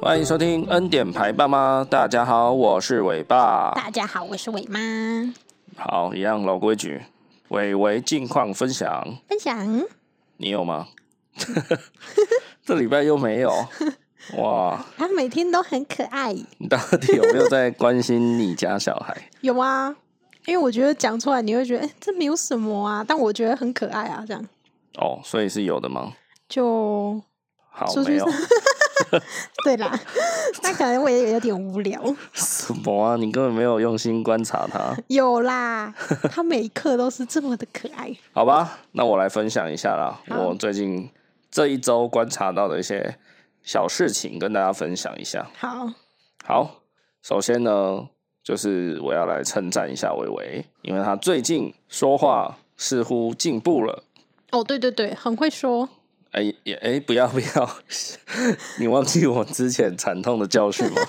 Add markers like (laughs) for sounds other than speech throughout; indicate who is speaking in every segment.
Speaker 1: 欢迎收听《恩典牌爸妈》，大家好，我是伟爸。
Speaker 2: 大家好，我是伟妈，
Speaker 1: 好，一样老规矩，伟伟近况分享，
Speaker 2: 分享
Speaker 1: 你有
Speaker 2: (laughs)
Speaker 1: 吗？这礼拜又没有，哇！
Speaker 2: 他每天都很可爱。
Speaker 1: 你到底有没有在关心你家小
Speaker 2: (laughs)
Speaker 1: 孩？
Speaker 2: 有啊，因为我觉得讲出来你会觉得、哎这没有什么啊，但我觉得很可爱啊，这样
Speaker 1: 哦，所以是有的吗？
Speaker 2: (laughs) 就
Speaker 1: 好，
Speaker 2: 出去
Speaker 1: 没有
Speaker 2: 对啦。那可能我也有点无聊。 (laughs)
Speaker 1: 什么啊？你根 (laughs) 本没有用心观察他，
Speaker 2: 有啦，他每一刻都是这么的可爱。
Speaker 1: 好吧？那我来分享一下啦，
Speaker 2: 好
Speaker 1: 我最近这一周观察到的一些小事情，跟大家分享一下。
Speaker 2: 好，
Speaker 1: 好，首先呢，就是我要来称赞一下维维，因为他最近说话似乎进步了。
Speaker 2: 哦，对对对，很会说。
Speaker 1: 哎、也哎、不要不要， (laughs) 你忘记我之前惨痛的教训吗？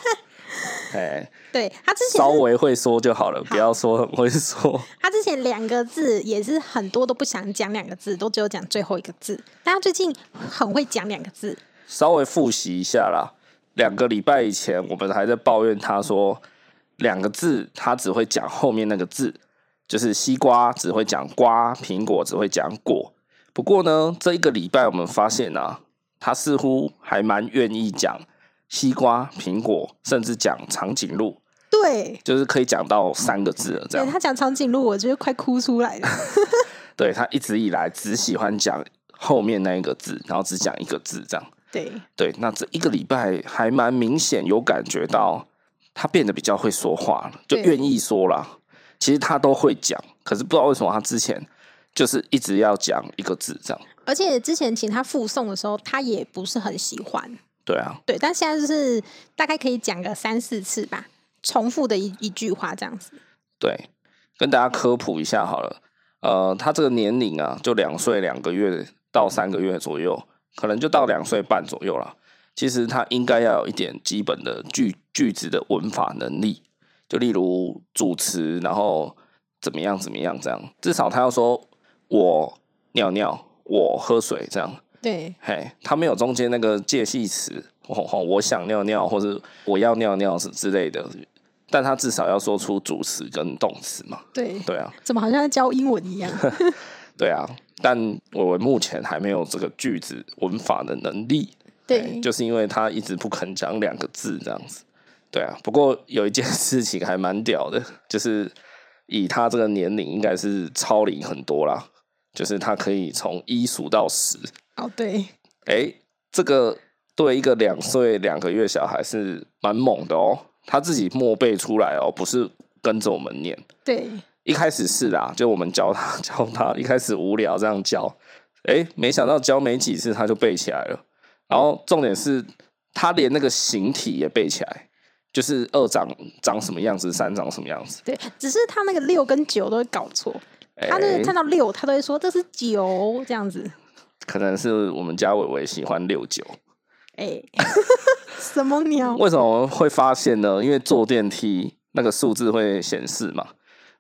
Speaker 1: 哎、
Speaker 2: 对他之前
Speaker 1: 稍
Speaker 2: 是，
Speaker 1: 微会说就好了，不要说 (laughs) 很会说。
Speaker 2: 他之前两个字也是很多都不想讲两个字，都只有讲最后一个字。但他最近很会讲两个字，
Speaker 1: 稍微复习一下啦。两个礼拜以前，我们还在抱怨他说两个字，他只会讲后面那个字，就是西瓜只会讲瓜，苹果只会讲果。不过呢，这一个礼拜我们发现啊，他似乎还蛮愿意讲西瓜、苹果，甚至讲长颈鹿，
Speaker 2: 对，
Speaker 1: 就是可以讲到三个字了。这
Speaker 2: 对
Speaker 1: 样，
Speaker 2: 他讲长颈鹿，我就是快哭出 (laughs) 来了。
Speaker 1: 对他一直以来只喜欢讲后面那一个字，然后只讲一个字这样。
Speaker 2: 对，
Speaker 1: 对，那这一个礼拜还蛮明显有感觉到他变得比较会说话了，就
Speaker 2: 对
Speaker 1: 愿意说啦。其实他都会讲，可是不知道为什么他之前就是一直要讲一个字这样。
Speaker 2: 而且之前请他附送的时候，他也不是很喜欢。
Speaker 1: 对啊，
Speaker 2: 对，但现在就是大概可以讲个三四次吧，重复的一一句话这样子。
Speaker 1: 对，跟大家科普一下好了。呃，他这个年龄啊，就两岁两个月到三个月左右，可能就到两岁半左右啦。其实他应该要有一点基本的句句子的文法能力，就例如主词，然后怎么样怎么样这样，至少他要说我尿尿，我喝水这样。
Speaker 2: 对，
Speaker 1: 嘿，他没有中间那个介系词，哦哦，我想尿尿或者我要尿尿是之类的，但他至少要说出主词跟动词嘛。
Speaker 2: 对，
Speaker 1: 对啊，
Speaker 2: 怎么好像在教英文一样？
Speaker 1: 对啊，但我们目前还没有这个句子文法的能力。哎
Speaker 2: 对，
Speaker 1: 就是因为他一直不肯讲两个字这样子。对啊，不过有一件事情还蛮屌的，就是以他这个年龄，应该是超龄很多啦。就是他可以从一数到十，
Speaker 2: 哦，对，
Speaker 1: 哎，这个对一个两岁两个月小孩是蛮猛的哦，他自己默背出来哦，不是跟着我们念。
Speaker 2: 对，
Speaker 1: 一开始是啦，就我们教他 (laughs) 教他，一开始无聊这样教，诶，没想到教没几次他就背起来了。然后重点是他连那个形体也背起来，就是二长长什么样子，三长什么样子。
Speaker 2: 对，只是他那个六跟九都会搞错，他那
Speaker 1: 诶
Speaker 2: 个看到六，他都会说这是九这样子。
Speaker 1: 可能是我们家伟伟喜欢六九，
Speaker 2: (laughs) 哎，什么鸟？
Speaker 1: 为什么会发现呢？因为坐电梯那个数字会显示嘛，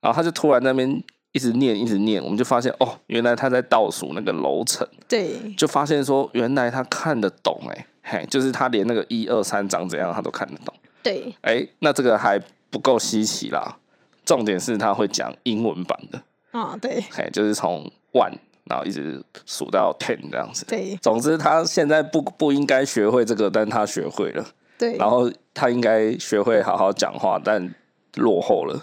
Speaker 1: 然后他就突然那边一直念一直念，我们就发现哦，原来他在倒数那个楼层。
Speaker 2: 对，
Speaker 1: 就发现说，原来他看得懂哎、嘿，就是他连那个一二三长怎样他都看得懂，
Speaker 2: 对，
Speaker 1: 哎、那这个还不够稀奇啦。重点是他会讲英文版的，
Speaker 2: 啊，对，
Speaker 1: 嘿，就是从 one 然后一直数到 ten 这样子。
Speaker 2: 对，
Speaker 1: 总之，他现在不不应该学会这个，但他学会了，
Speaker 2: 对，
Speaker 1: 然后他应该学会好好讲话，但落后了，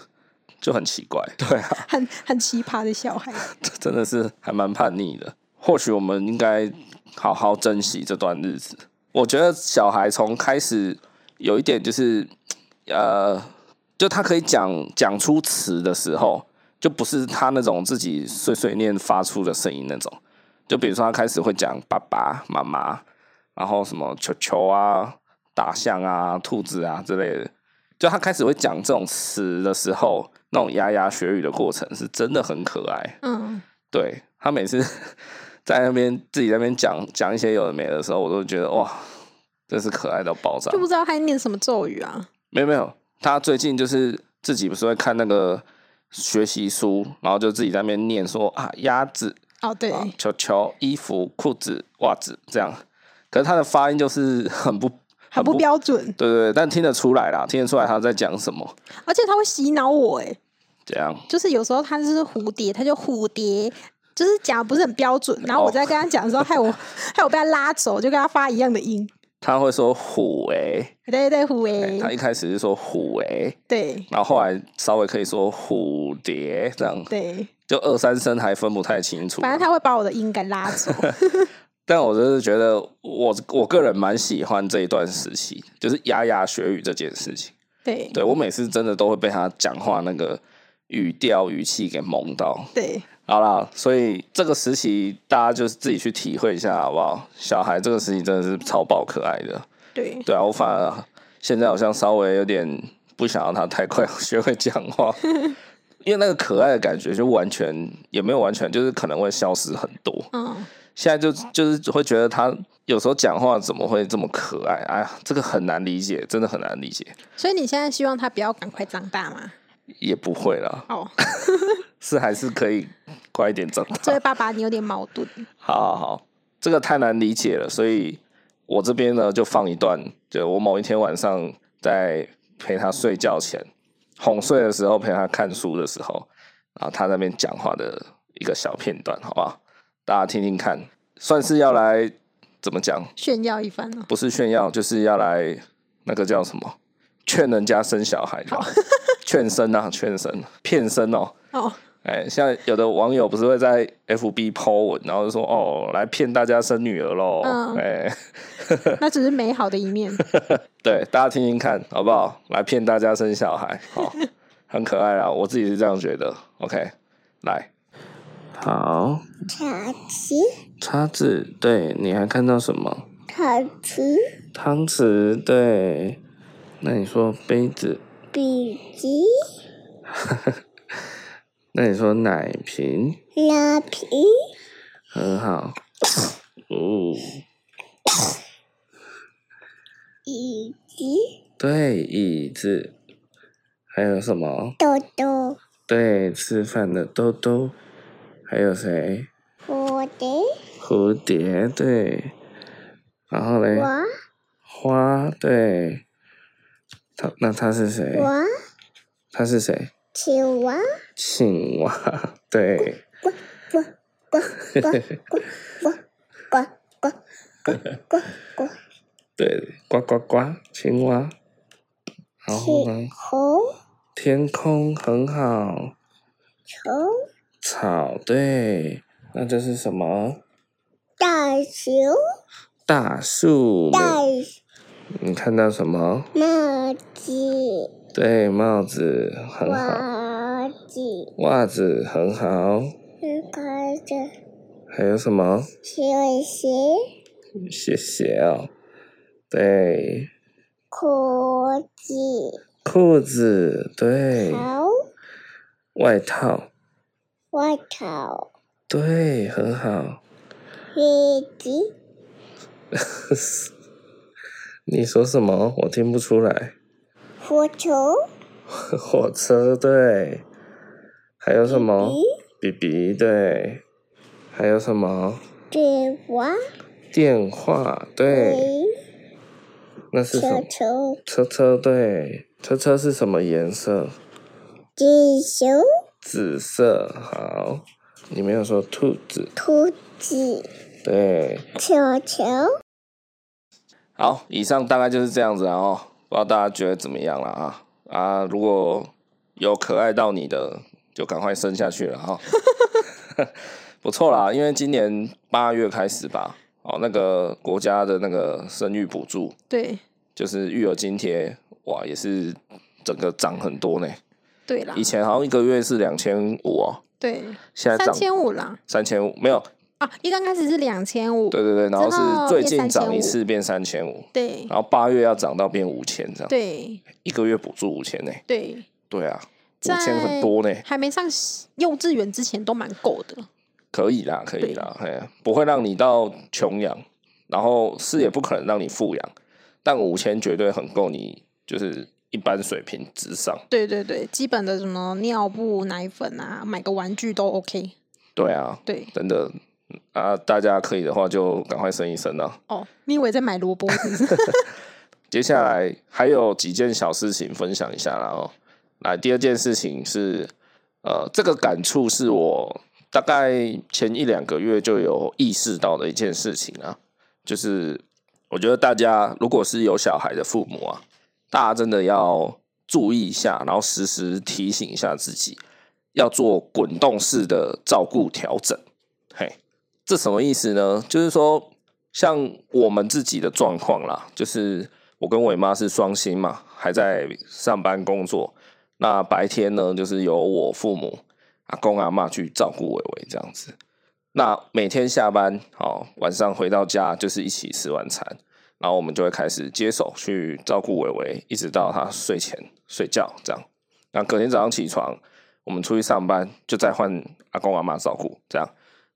Speaker 1: 就很奇怪。对啊，
Speaker 2: 很很奇葩的小孩。
Speaker 1: 真的是还蛮叛逆的。或许我们应该好好珍惜这段日子。我觉得小孩从开始有一点就是，呃，就他可以讲讲出词的时候，就不是他那种自己碎碎念发出的声音那种。就比如说他开始会讲爸爸妈妈，然后什么球球啊、大象啊、兔子啊之类的。就他开始会讲这种词的时候，那种牙牙学语的过程是真的很可爱。
Speaker 2: 嗯，
Speaker 1: 对他每次 (laughs) 在那边自己在那边讲讲一些有的没的时候，我都觉得哇，真是可爱到爆炸
Speaker 2: 就。不知道他在念什么咒语啊。
Speaker 1: 没有没有，他最近就是自己不是会看那个学习书，然后就自己在那边念说啊，鸭子、
Speaker 2: 哦，对，
Speaker 1: 啊、球球、衣服、裤子、袜子这样。可是他的发音就是很不 (laughs)
Speaker 2: 很不标准，
Speaker 1: 对对，对但听得出来啦，听得出来他在讲什么，
Speaker 2: 而且他会洗脑我哎、
Speaker 1: 这样。
Speaker 2: 就是有时候他就是蝴蝶，他就蝴蝶，就是讲得不是很标准。然后我
Speaker 1: 哦
Speaker 2: 在跟他讲的时候，
Speaker 1: (laughs)
Speaker 2: 害我害我被他拉走，就跟他发一样的音。
Speaker 1: 他会说虎诶、
Speaker 2: 对对对，虎
Speaker 1: 欸
Speaker 2: 诶、
Speaker 1: 他一开始是说虎诶、
Speaker 2: 对
Speaker 1: 然后后来稍微可以说蝴蝶这样，
Speaker 2: 对，
Speaker 1: 就二三声还分不太清楚。
Speaker 2: 反正他会把我的音给拉走。
Speaker 1: 但我就是觉得我我个人蛮喜欢这一段时期，就是牙牙学语这件事情。
Speaker 2: 对
Speaker 1: (laughs) 对我每次真的都会被他讲话那个语调语气给蒙到。
Speaker 2: 对，
Speaker 1: 好啦，所以这个时期大家就是自己去体会一下好不好？小孩这个时期真的是超爆可爱的。
Speaker 2: 对，
Speaker 1: 对啊，我反而现在好像稍微有点不想让他太快学会讲
Speaker 2: (laughs)
Speaker 1: 话，因为那个可爱的感觉就完全也没有完全，就是可能会消失很多。
Speaker 2: 嗯，
Speaker 1: 现在就就是会觉得他有时候讲话怎么会这么可爱？哎呀，这个很难理解，真的很难理解。
Speaker 2: 所以你现在希望他不要赶快长大嘛？
Speaker 1: 也不会啦， (laughs)
Speaker 2: 哦，
Speaker 1: 是还是可以快一点长
Speaker 2: 作为
Speaker 1: 大。 (laughs)
Speaker 2: 爸爸，你有点矛盾。
Speaker 1: 好好好，这个太难理解了，所以我这边呢就放一段，就我某一天晚上在陪他睡觉前哄睡的时候，陪他看书的时候，然后他那边讲话的一个小片段，好不好？大家听听看，算是要来怎么讲？
Speaker 2: 炫耀一番哦。
Speaker 1: 不是炫耀，就是要来那个叫什么，劝人家生小孩的， (laughs) 劝生啊，劝生，骗生哦。 (laughs)
Speaker 2: 哦，
Speaker 1: 哎，像有的网友不是会在 FB 抛文，然后就说哦，来骗大家生女儿喽。
Speaker 2: 嗯
Speaker 1: 哎，
Speaker 2: 那只是美好的一面。
Speaker 1: 对，大家听听看好不好？来骗大家生小孩，好、很可爱啦，我自己是这样觉得。OK，来，好，
Speaker 3: 卡其
Speaker 1: 叉子，对，你还看到什么？
Speaker 3: 卡其
Speaker 1: 汤匙，对，那你说杯子，
Speaker 3: 笔记
Speaker 1: 那你说奶瓶，
Speaker 3: 拉皮
Speaker 1: 很好。哦，
Speaker 3: 以及
Speaker 1: 对，椅子，还有什么？
Speaker 3: 豆豆，
Speaker 1: 对，吃饭的兜兜，还有谁？
Speaker 3: 我的
Speaker 1: 蝴蝶，对。然后嘞，
Speaker 3: 我
Speaker 1: 花，对。他那他是谁？
Speaker 3: 我
Speaker 1: 他是谁？
Speaker 3: 青蛙，
Speaker 1: 青蛙，对。
Speaker 3: 呱呱呱呱呱呱呱呱呱呱，
Speaker 1: 对，呱呱呱，青蛙。然后呢
Speaker 3: 青，红
Speaker 1: 天空很好，
Speaker 3: 虫
Speaker 1: 草，对。那这是什么？
Speaker 3: 大熊
Speaker 1: 大树。
Speaker 3: 大
Speaker 1: 你看到什么？
Speaker 3: 帽子
Speaker 1: 对，帽子很好，
Speaker 3: 袜子，
Speaker 1: 袜子很好，
Speaker 3: 开着
Speaker 1: 还有什么？
Speaker 3: 小鞋
Speaker 1: 谢谢哦。对，
Speaker 3: 裤子
Speaker 1: 裤子，对，
Speaker 3: 头
Speaker 1: 外套，
Speaker 3: 外套
Speaker 1: 对，很好。 (laughs)
Speaker 3: 鞋子。
Speaker 1: 你说什么？我听不出来。
Speaker 3: 火球、
Speaker 1: 火车，对，还有什么？比比，对，还有什么？
Speaker 3: 对娃、
Speaker 1: 电话，对，
Speaker 3: 对
Speaker 1: 那是什
Speaker 3: 小
Speaker 1: 么？
Speaker 3: 球、
Speaker 1: 车车，对，车车是什么颜色？
Speaker 3: 地球、
Speaker 1: 紫色，好，你没有说兔子，
Speaker 3: 兔子、
Speaker 1: 对，
Speaker 3: 球球、
Speaker 1: 好，以上大概就是这样子啊、哦，不知道大家觉得怎么样了啊啊，如果有可爱到你的，就赶快生下去了哈、 (laughs) 不错啦，因为今年八月开始吧，哦，那个国家的那个生育补助
Speaker 2: 对
Speaker 1: 就是育儿津贴，哇，也是整个涨很多呢。
Speaker 2: 对啦
Speaker 1: 以，前好像一个月是两千五哦，
Speaker 2: 对
Speaker 1: 现在
Speaker 2: 三
Speaker 1: 涨
Speaker 2: 千五啦
Speaker 1: 三千五，没有，
Speaker 2: 啊！一刚开始是两千五，
Speaker 1: 对对对，然后
Speaker 2: 之后
Speaker 1: 是最
Speaker 2: 哦
Speaker 1: 近
Speaker 2: 变
Speaker 1: 涨一
Speaker 2: 3500
Speaker 1: 次变三千五，
Speaker 2: 对
Speaker 1: 然后八月要涨到变五千这样，
Speaker 2: 对
Speaker 1: 一个月补助五千呢。
Speaker 2: 对，
Speaker 1: 对啊，五
Speaker 2: 在
Speaker 1: 千很多呢，
Speaker 2: 还没上幼稚园之前都蛮够的。
Speaker 1: 可以啦，可以
Speaker 2: 对
Speaker 1: 啦，哎呀，不会让你到穷养，然后是也不可能让你富养，但五千绝对很够你，就是一般水平之上。
Speaker 2: 对对对，基本的什么尿布、奶粉啊，买个玩具都 OK。
Speaker 1: 对啊，
Speaker 2: 对
Speaker 1: 真的嗯啊，大家可以的话就赶快生一生啊。
Speaker 2: 哦，你以为在买萝卜是不是？
Speaker 1: 接下来还有几件小事情分享一下啦哦。来，第二件事情是，呃，这个感触是我大概前一两个月就有意识到的一件事情啊，就是我觉得大家如果是有小孩的父母啊，大家真的要注意一下，然后时时提醒一下自己，要做滚动式的照顾调整。嘿，这什么意思呢？就是说，像我们自己的状况啦，就是我跟伟妈是双薪嘛，还在上班工作。那白天呢，就是由我父母、阿公阿妈去照顾伟伟这样子。那每天下班，好、晚上回到家就是一起吃晚餐，然后我们就会开始接手去照顾伟伟，一直到他睡前睡觉这样。那隔天早上起床，我们出去上班，就再换阿公阿妈照顾这样。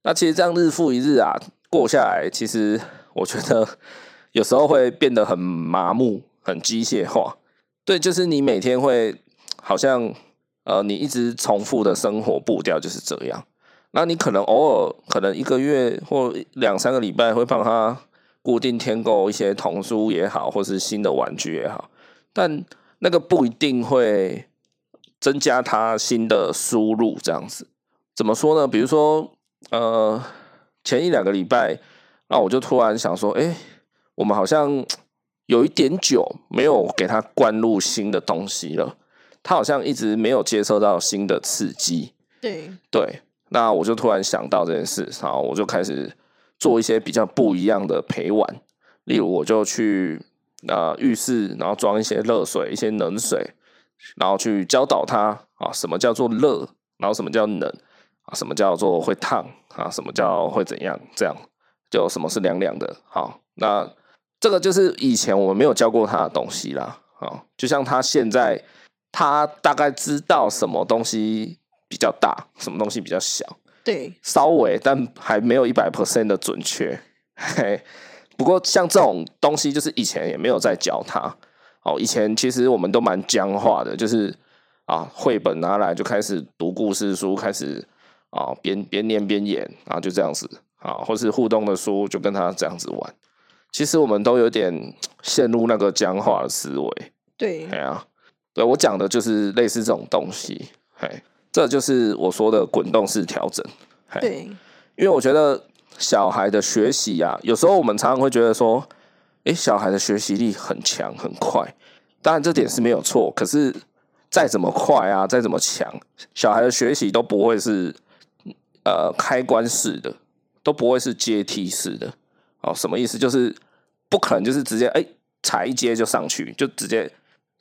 Speaker 1: 那其实这样日复一日啊，过下来，其实我觉得有时候会变得很麻木、很机械化。对，就是你每天会好像呃，你一直重复的生活步调就是这样。那你可能偶尔，可能一个月或两三个礼拜会帮他固定添购一些童书也好，或是新的玩具也好，但那个不一定会增加他新的输入这样子。怎么说呢？比如说，呃，前一两个礼拜，那我就突然想说，哎、我们好像有一点久没有给他灌入新的东西了，他好像一直没有接受到新的刺激。
Speaker 2: (laughs) 对，
Speaker 1: 对，那我就突然想到这件事，然后我就开始做一些比较不一样的陪玩，例如我就去呃浴室，然后装一些热水、一些冷水，然后去教导他啊什么叫做热，然后什么叫冷，啊什么叫做会烫啊，什么叫会怎样，这样就什么是凉凉的。好，那这个就是以前我们没有教过他的东西啦。好，就像他现在，他大概知道什么东西比较大，什么东西比较小，
Speaker 2: 对，
Speaker 1: 稍微，但还没有一百 percent 的准确。嘿，不过像这种东西，就是以前也没有在教他。哦，以前其实我们都蛮僵化的，就是啊，绘本拿来就开始读故事书，开始啊边边念边演，然后就这样子啊，或是互动的书就跟他这样子玩。其实我们都有点陷入那个僵化的思维。
Speaker 2: 对
Speaker 1: 哎，呀，对我讲的就是类似这种东西，嘿，这就是我说的滚动式调整。嘿，
Speaker 2: 对，
Speaker 1: 因为我觉得小孩的学习啊，有时候我们常常会觉得说，诶，小孩的学习力很强很快，当然这点是没有错，可是再怎么快啊，再怎么强，小孩的学习都不会是呃开关式的，都不会是阶梯式的。哦，什么意思？就是不可能就是直接哎踩一阶就上去，就直接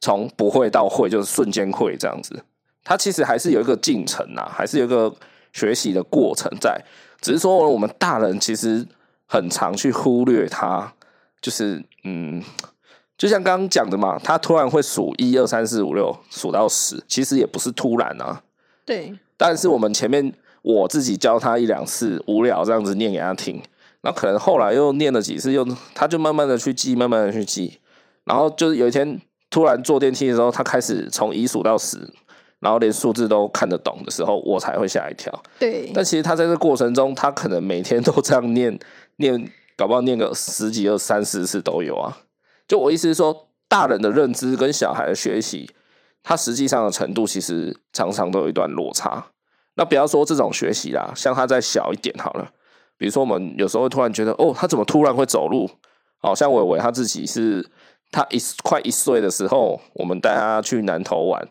Speaker 1: 从不会到会，就是瞬间会这样子。它其实还是有一个进程啊，还是有一个学习的过程在，只是说我们大人其实很常去忽略它，就是嗯，就像刚刚讲的嘛，他突然会数一二三四五六数到十，其实也不是突然啊，
Speaker 2: 对，
Speaker 1: 但是我们前面我自己教他一两次，无聊这样子念给他听，然后可能后来又念了几次，又他就慢慢的去记，慢慢的去记，然后就是有一天突然坐电梯的时候，他开始从一数到十，然后连数字都看得懂的时候，我才会吓一跳。
Speaker 2: 对，
Speaker 1: 但其实他在这过程中，他可能每天都这样念念，搞不好念个十几、二三十次都有啊。就我意思是说，大人的认知跟小孩的学习，他实际上的程度其实常常都有一段落差。那不要说这种学习啦，像他再小一点好了，比如说我们有时候会突然觉得，哦，他怎么突然会走路？好、像伟伟他自己是，他一快一岁的时候，我们带他去南头玩，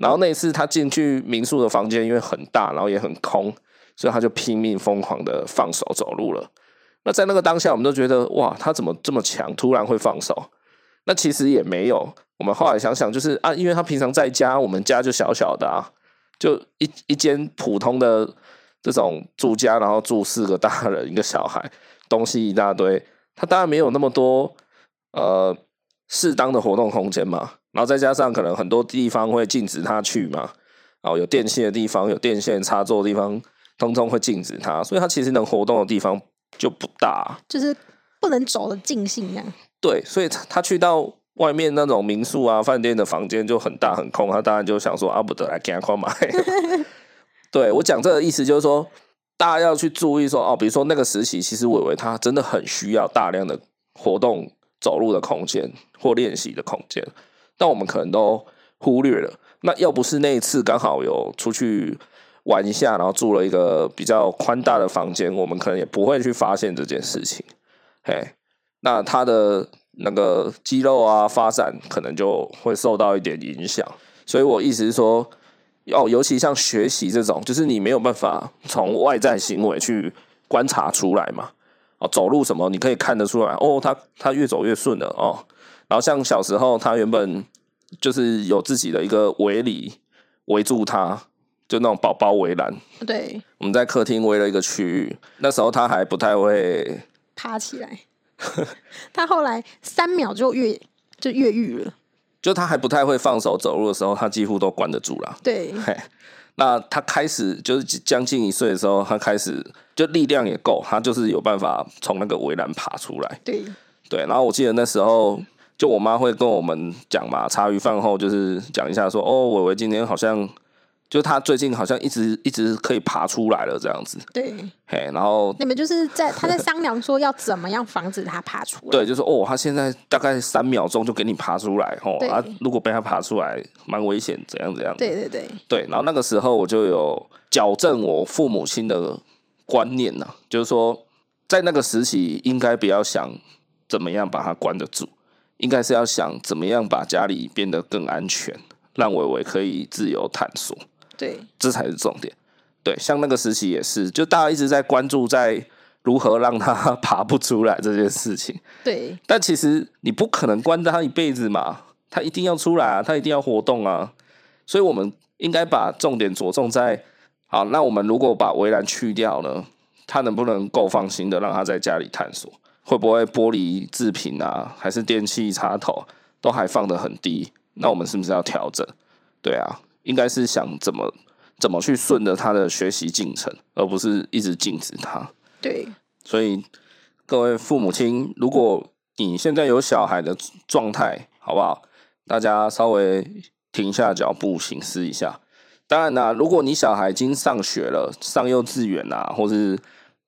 Speaker 1: 然后那一次他进去民宿的房间，因为很大，然后也很空，所以他就拼命疯狂的放手走路了。那在那个当下，我们都觉得哇，他怎么这么强，突然会放手？那其实也没有。我们后来想想，就是啊，因为他平常在家，我们家就小小的啊，就一一间普通的这种住家，然后住四个大人一个小孩，东西一大堆，他当然没有那么多呃适当的活动空间嘛。然后再加上可能很多地方会禁止他去嘛，哦，有电线的地方，有电线插座的地方，通通会禁止他，所以他其实能活动的地方就不大。
Speaker 2: 就是不能走的尽兴啊，
Speaker 1: 对，所以他他去到外面那种民宿啊、饭店的房间就很大很空，他当然就想说啊，不得来给他快买。 (laughs) 对我讲这个意思就是说，大家要去注意说哦，比如说那个时期，其实伟伟他真的很需要大量的活动走路的空间或练习的空间，但我们可能都忽略了。那要不是那一次刚好有出去玩一下，然后住了一个比较宽大的房间，我们可能也不会去发现这件事情。嘿，那他的那个肌肉啊发展可能就会受到一点影响。所以我意思是说，哦，尤其像学习这种，就是你没有办法从外在行为去观察出来嘛。哦，走路什么你可以看得出来，哦，他他越走越顺了哦。然后像小时候，他原本就是有自己的一个围篱围住他，就那种宝宝围栏。
Speaker 2: 对，
Speaker 1: 我们在客厅围了一个区域，那时候他还不太会
Speaker 2: 爬起来。
Speaker 1: (laughs)
Speaker 2: 他后来三秒就越就越狱了，
Speaker 1: 就他还不太会放手走路的时候，他几乎都关得住啦。
Speaker 2: 对，
Speaker 1: 嘿，那他开始就是将近一岁的时候，他开始就力量也够，他就是有办法从那个围栏爬出来。
Speaker 2: 对，
Speaker 1: 对，然后我记得那时候就我妈会跟我们讲嘛，茶余饭后就是讲一下说，哦，伟伟今天好像就他最近好像一直一直可以爬出来了这样子。
Speaker 2: 对，
Speaker 1: 嘿，然后
Speaker 2: 你们就是在他在商量说要怎么样防止他爬出来。
Speaker 1: 对，就说哦，他现在大概三秒钟就给你爬出来哦，
Speaker 2: 对
Speaker 1: 啊，如果被他爬出来，蛮危险，怎样怎样。
Speaker 2: 对对对
Speaker 1: 对，然后那个时候我就有矫正我父母亲的观念呐、就是说，在那个时期应该不要想怎么样把它关得住，应该是要想怎么样把家里变得更安全，让伟伟可以自由探索，
Speaker 2: 对
Speaker 1: 这才是重点。对，像那个时期也是，就大家一直在关注在如何让他 (laughs) 爬不出来这件事情，
Speaker 2: 对
Speaker 1: 但其实你不可能关他一辈子嘛，他一定要出来啊，他一定要活动啊，所以我们应该把重点着重在，好，那我们如果把围栏去掉呢，他能不能够放心的让他在家里探索？会不会玻璃制品啊，还是电器插头都还放得很低？那我们是不是要调整？对啊，应该是想怎么怎么去顺着他的学习进程，而不是一直禁止他。
Speaker 2: 对
Speaker 1: 所以各位父母亲，如果你现在有小孩的状态，好不好？大家稍微停下脚步，醒思一下。当然啦、如果你小孩已经上学了，上幼稚园啊，或是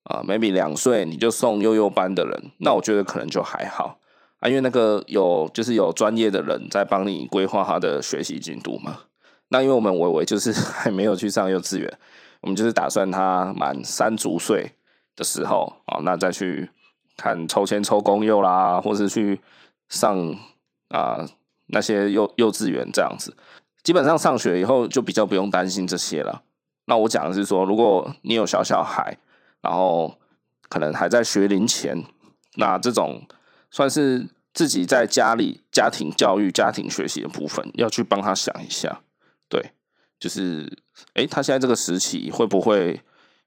Speaker 1: 啊、m a y b e 两岁你就送幼幼班的人，那我觉得可能就还好啊，因为那个有就是有专业的人在帮你规划他的学习进度嘛。那因为我们伟伟就是还没有去上幼稚园，我们就是打算他满三足岁的时候啊，那再去看抽签抽公幼啦，或是去上啊、那些幼幼稚园这样子。基本上上学以后就比较不用担心这些了。那我讲的是说，如果你有小小孩，然后可能还在学龄前，那这种算是自己在家里家庭教育、家庭学习的部分，要去帮他想一下。对，就是诶、他现在这个时期会不会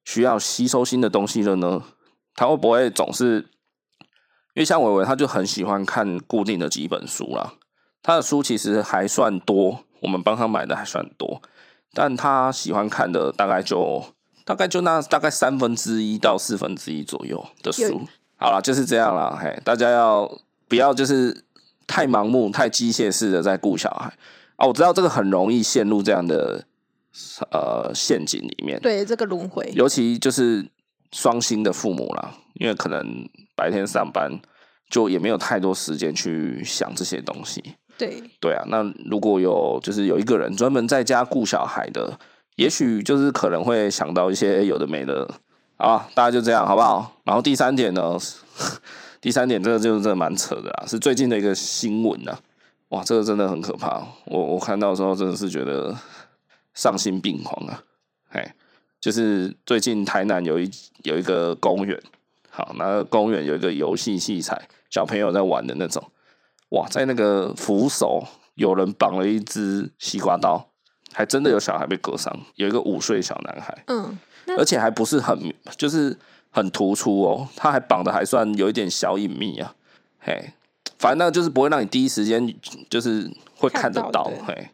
Speaker 1: 需要吸收新的东西了呢？他会不会总是？因为像伟伟，他就很喜欢看固定的几本书啦。他的书其实还算多，我们帮他买的还算多，但他喜欢看的大概就大概就那大概三分之一到四分之一左右的书
Speaker 2: 有。
Speaker 1: 好啦，就是这样啦。嘿，大家要不要就是太盲目、太机械式的在顾小孩啊？我知道这个很容易陷入这样的呃陷阱里面。
Speaker 2: 对，这个轮回，
Speaker 1: 尤其就是双薪的父母啦，因为可能白天上班就也没有太多时间去想这些东西。
Speaker 2: 对
Speaker 1: 对啊，那如果有就是有一个人专门在家顾小孩的，也许就是可能会想到一些哎有的没的啊，大家就这样好不好？然后第三点呢， (laughs) 第三点这个就是真的蛮扯的啦，是最近的一个新闻啊，哇，这个真的很可怕哦，我我看到的时候真的是觉得丧心病狂啊，哎，就是最近台南有一有一个公园，好，那个公园有一个游戏器材，小朋友在玩的那种。哇，在那个扶手有人绑了一只西瓜刀，还真的有小孩被割伤，有一个五岁小男孩，
Speaker 2: 嗯，
Speaker 1: 而且还不是很就是很突出哦，他还绑的还算有一点小隐秘啊，嘿，反正那就是不会让你第一时间就是会看得
Speaker 2: 看
Speaker 1: 到
Speaker 2: 到的，
Speaker 1: 嘿，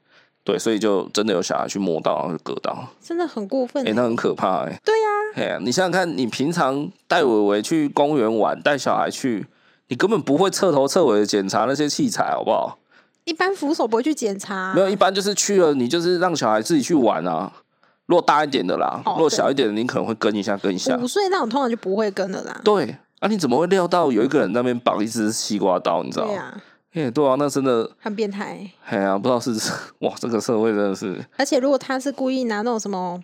Speaker 1: 对，所以就真的有小孩去摸到，然后就割到，
Speaker 2: 真的很过分啊
Speaker 1: 哎、。那很可怕哎、
Speaker 2: 对啊
Speaker 1: 哎
Speaker 2: 呀、
Speaker 1: 呀，你想想看，你平常带伟伟去公园玩，带小孩去，你根本不会彻头彻尾的检查那些器材，好不好？
Speaker 2: 一般扶手不会去检查
Speaker 1: 没，有，一般就是去了，你就是让小孩自己去玩啊。如果大一点的啦，
Speaker 2: 哦
Speaker 1: 如果小一点的，你可能会跟一下跟一下
Speaker 2: 五。岁那种通常就不会跟了啦。
Speaker 1: 对，啊，你怎么会料到有一个人在那边绑一只西瓜刀？你知道
Speaker 2: 对
Speaker 1: 吗？
Speaker 2: 啊，
Speaker 1: 哎、对啊，那真的，
Speaker 2: 很变态。
Speaker 1: 哎呀、不知道是哇，这个社会真的是，
Speaker 2: 而且如果他是故意拿那种什么。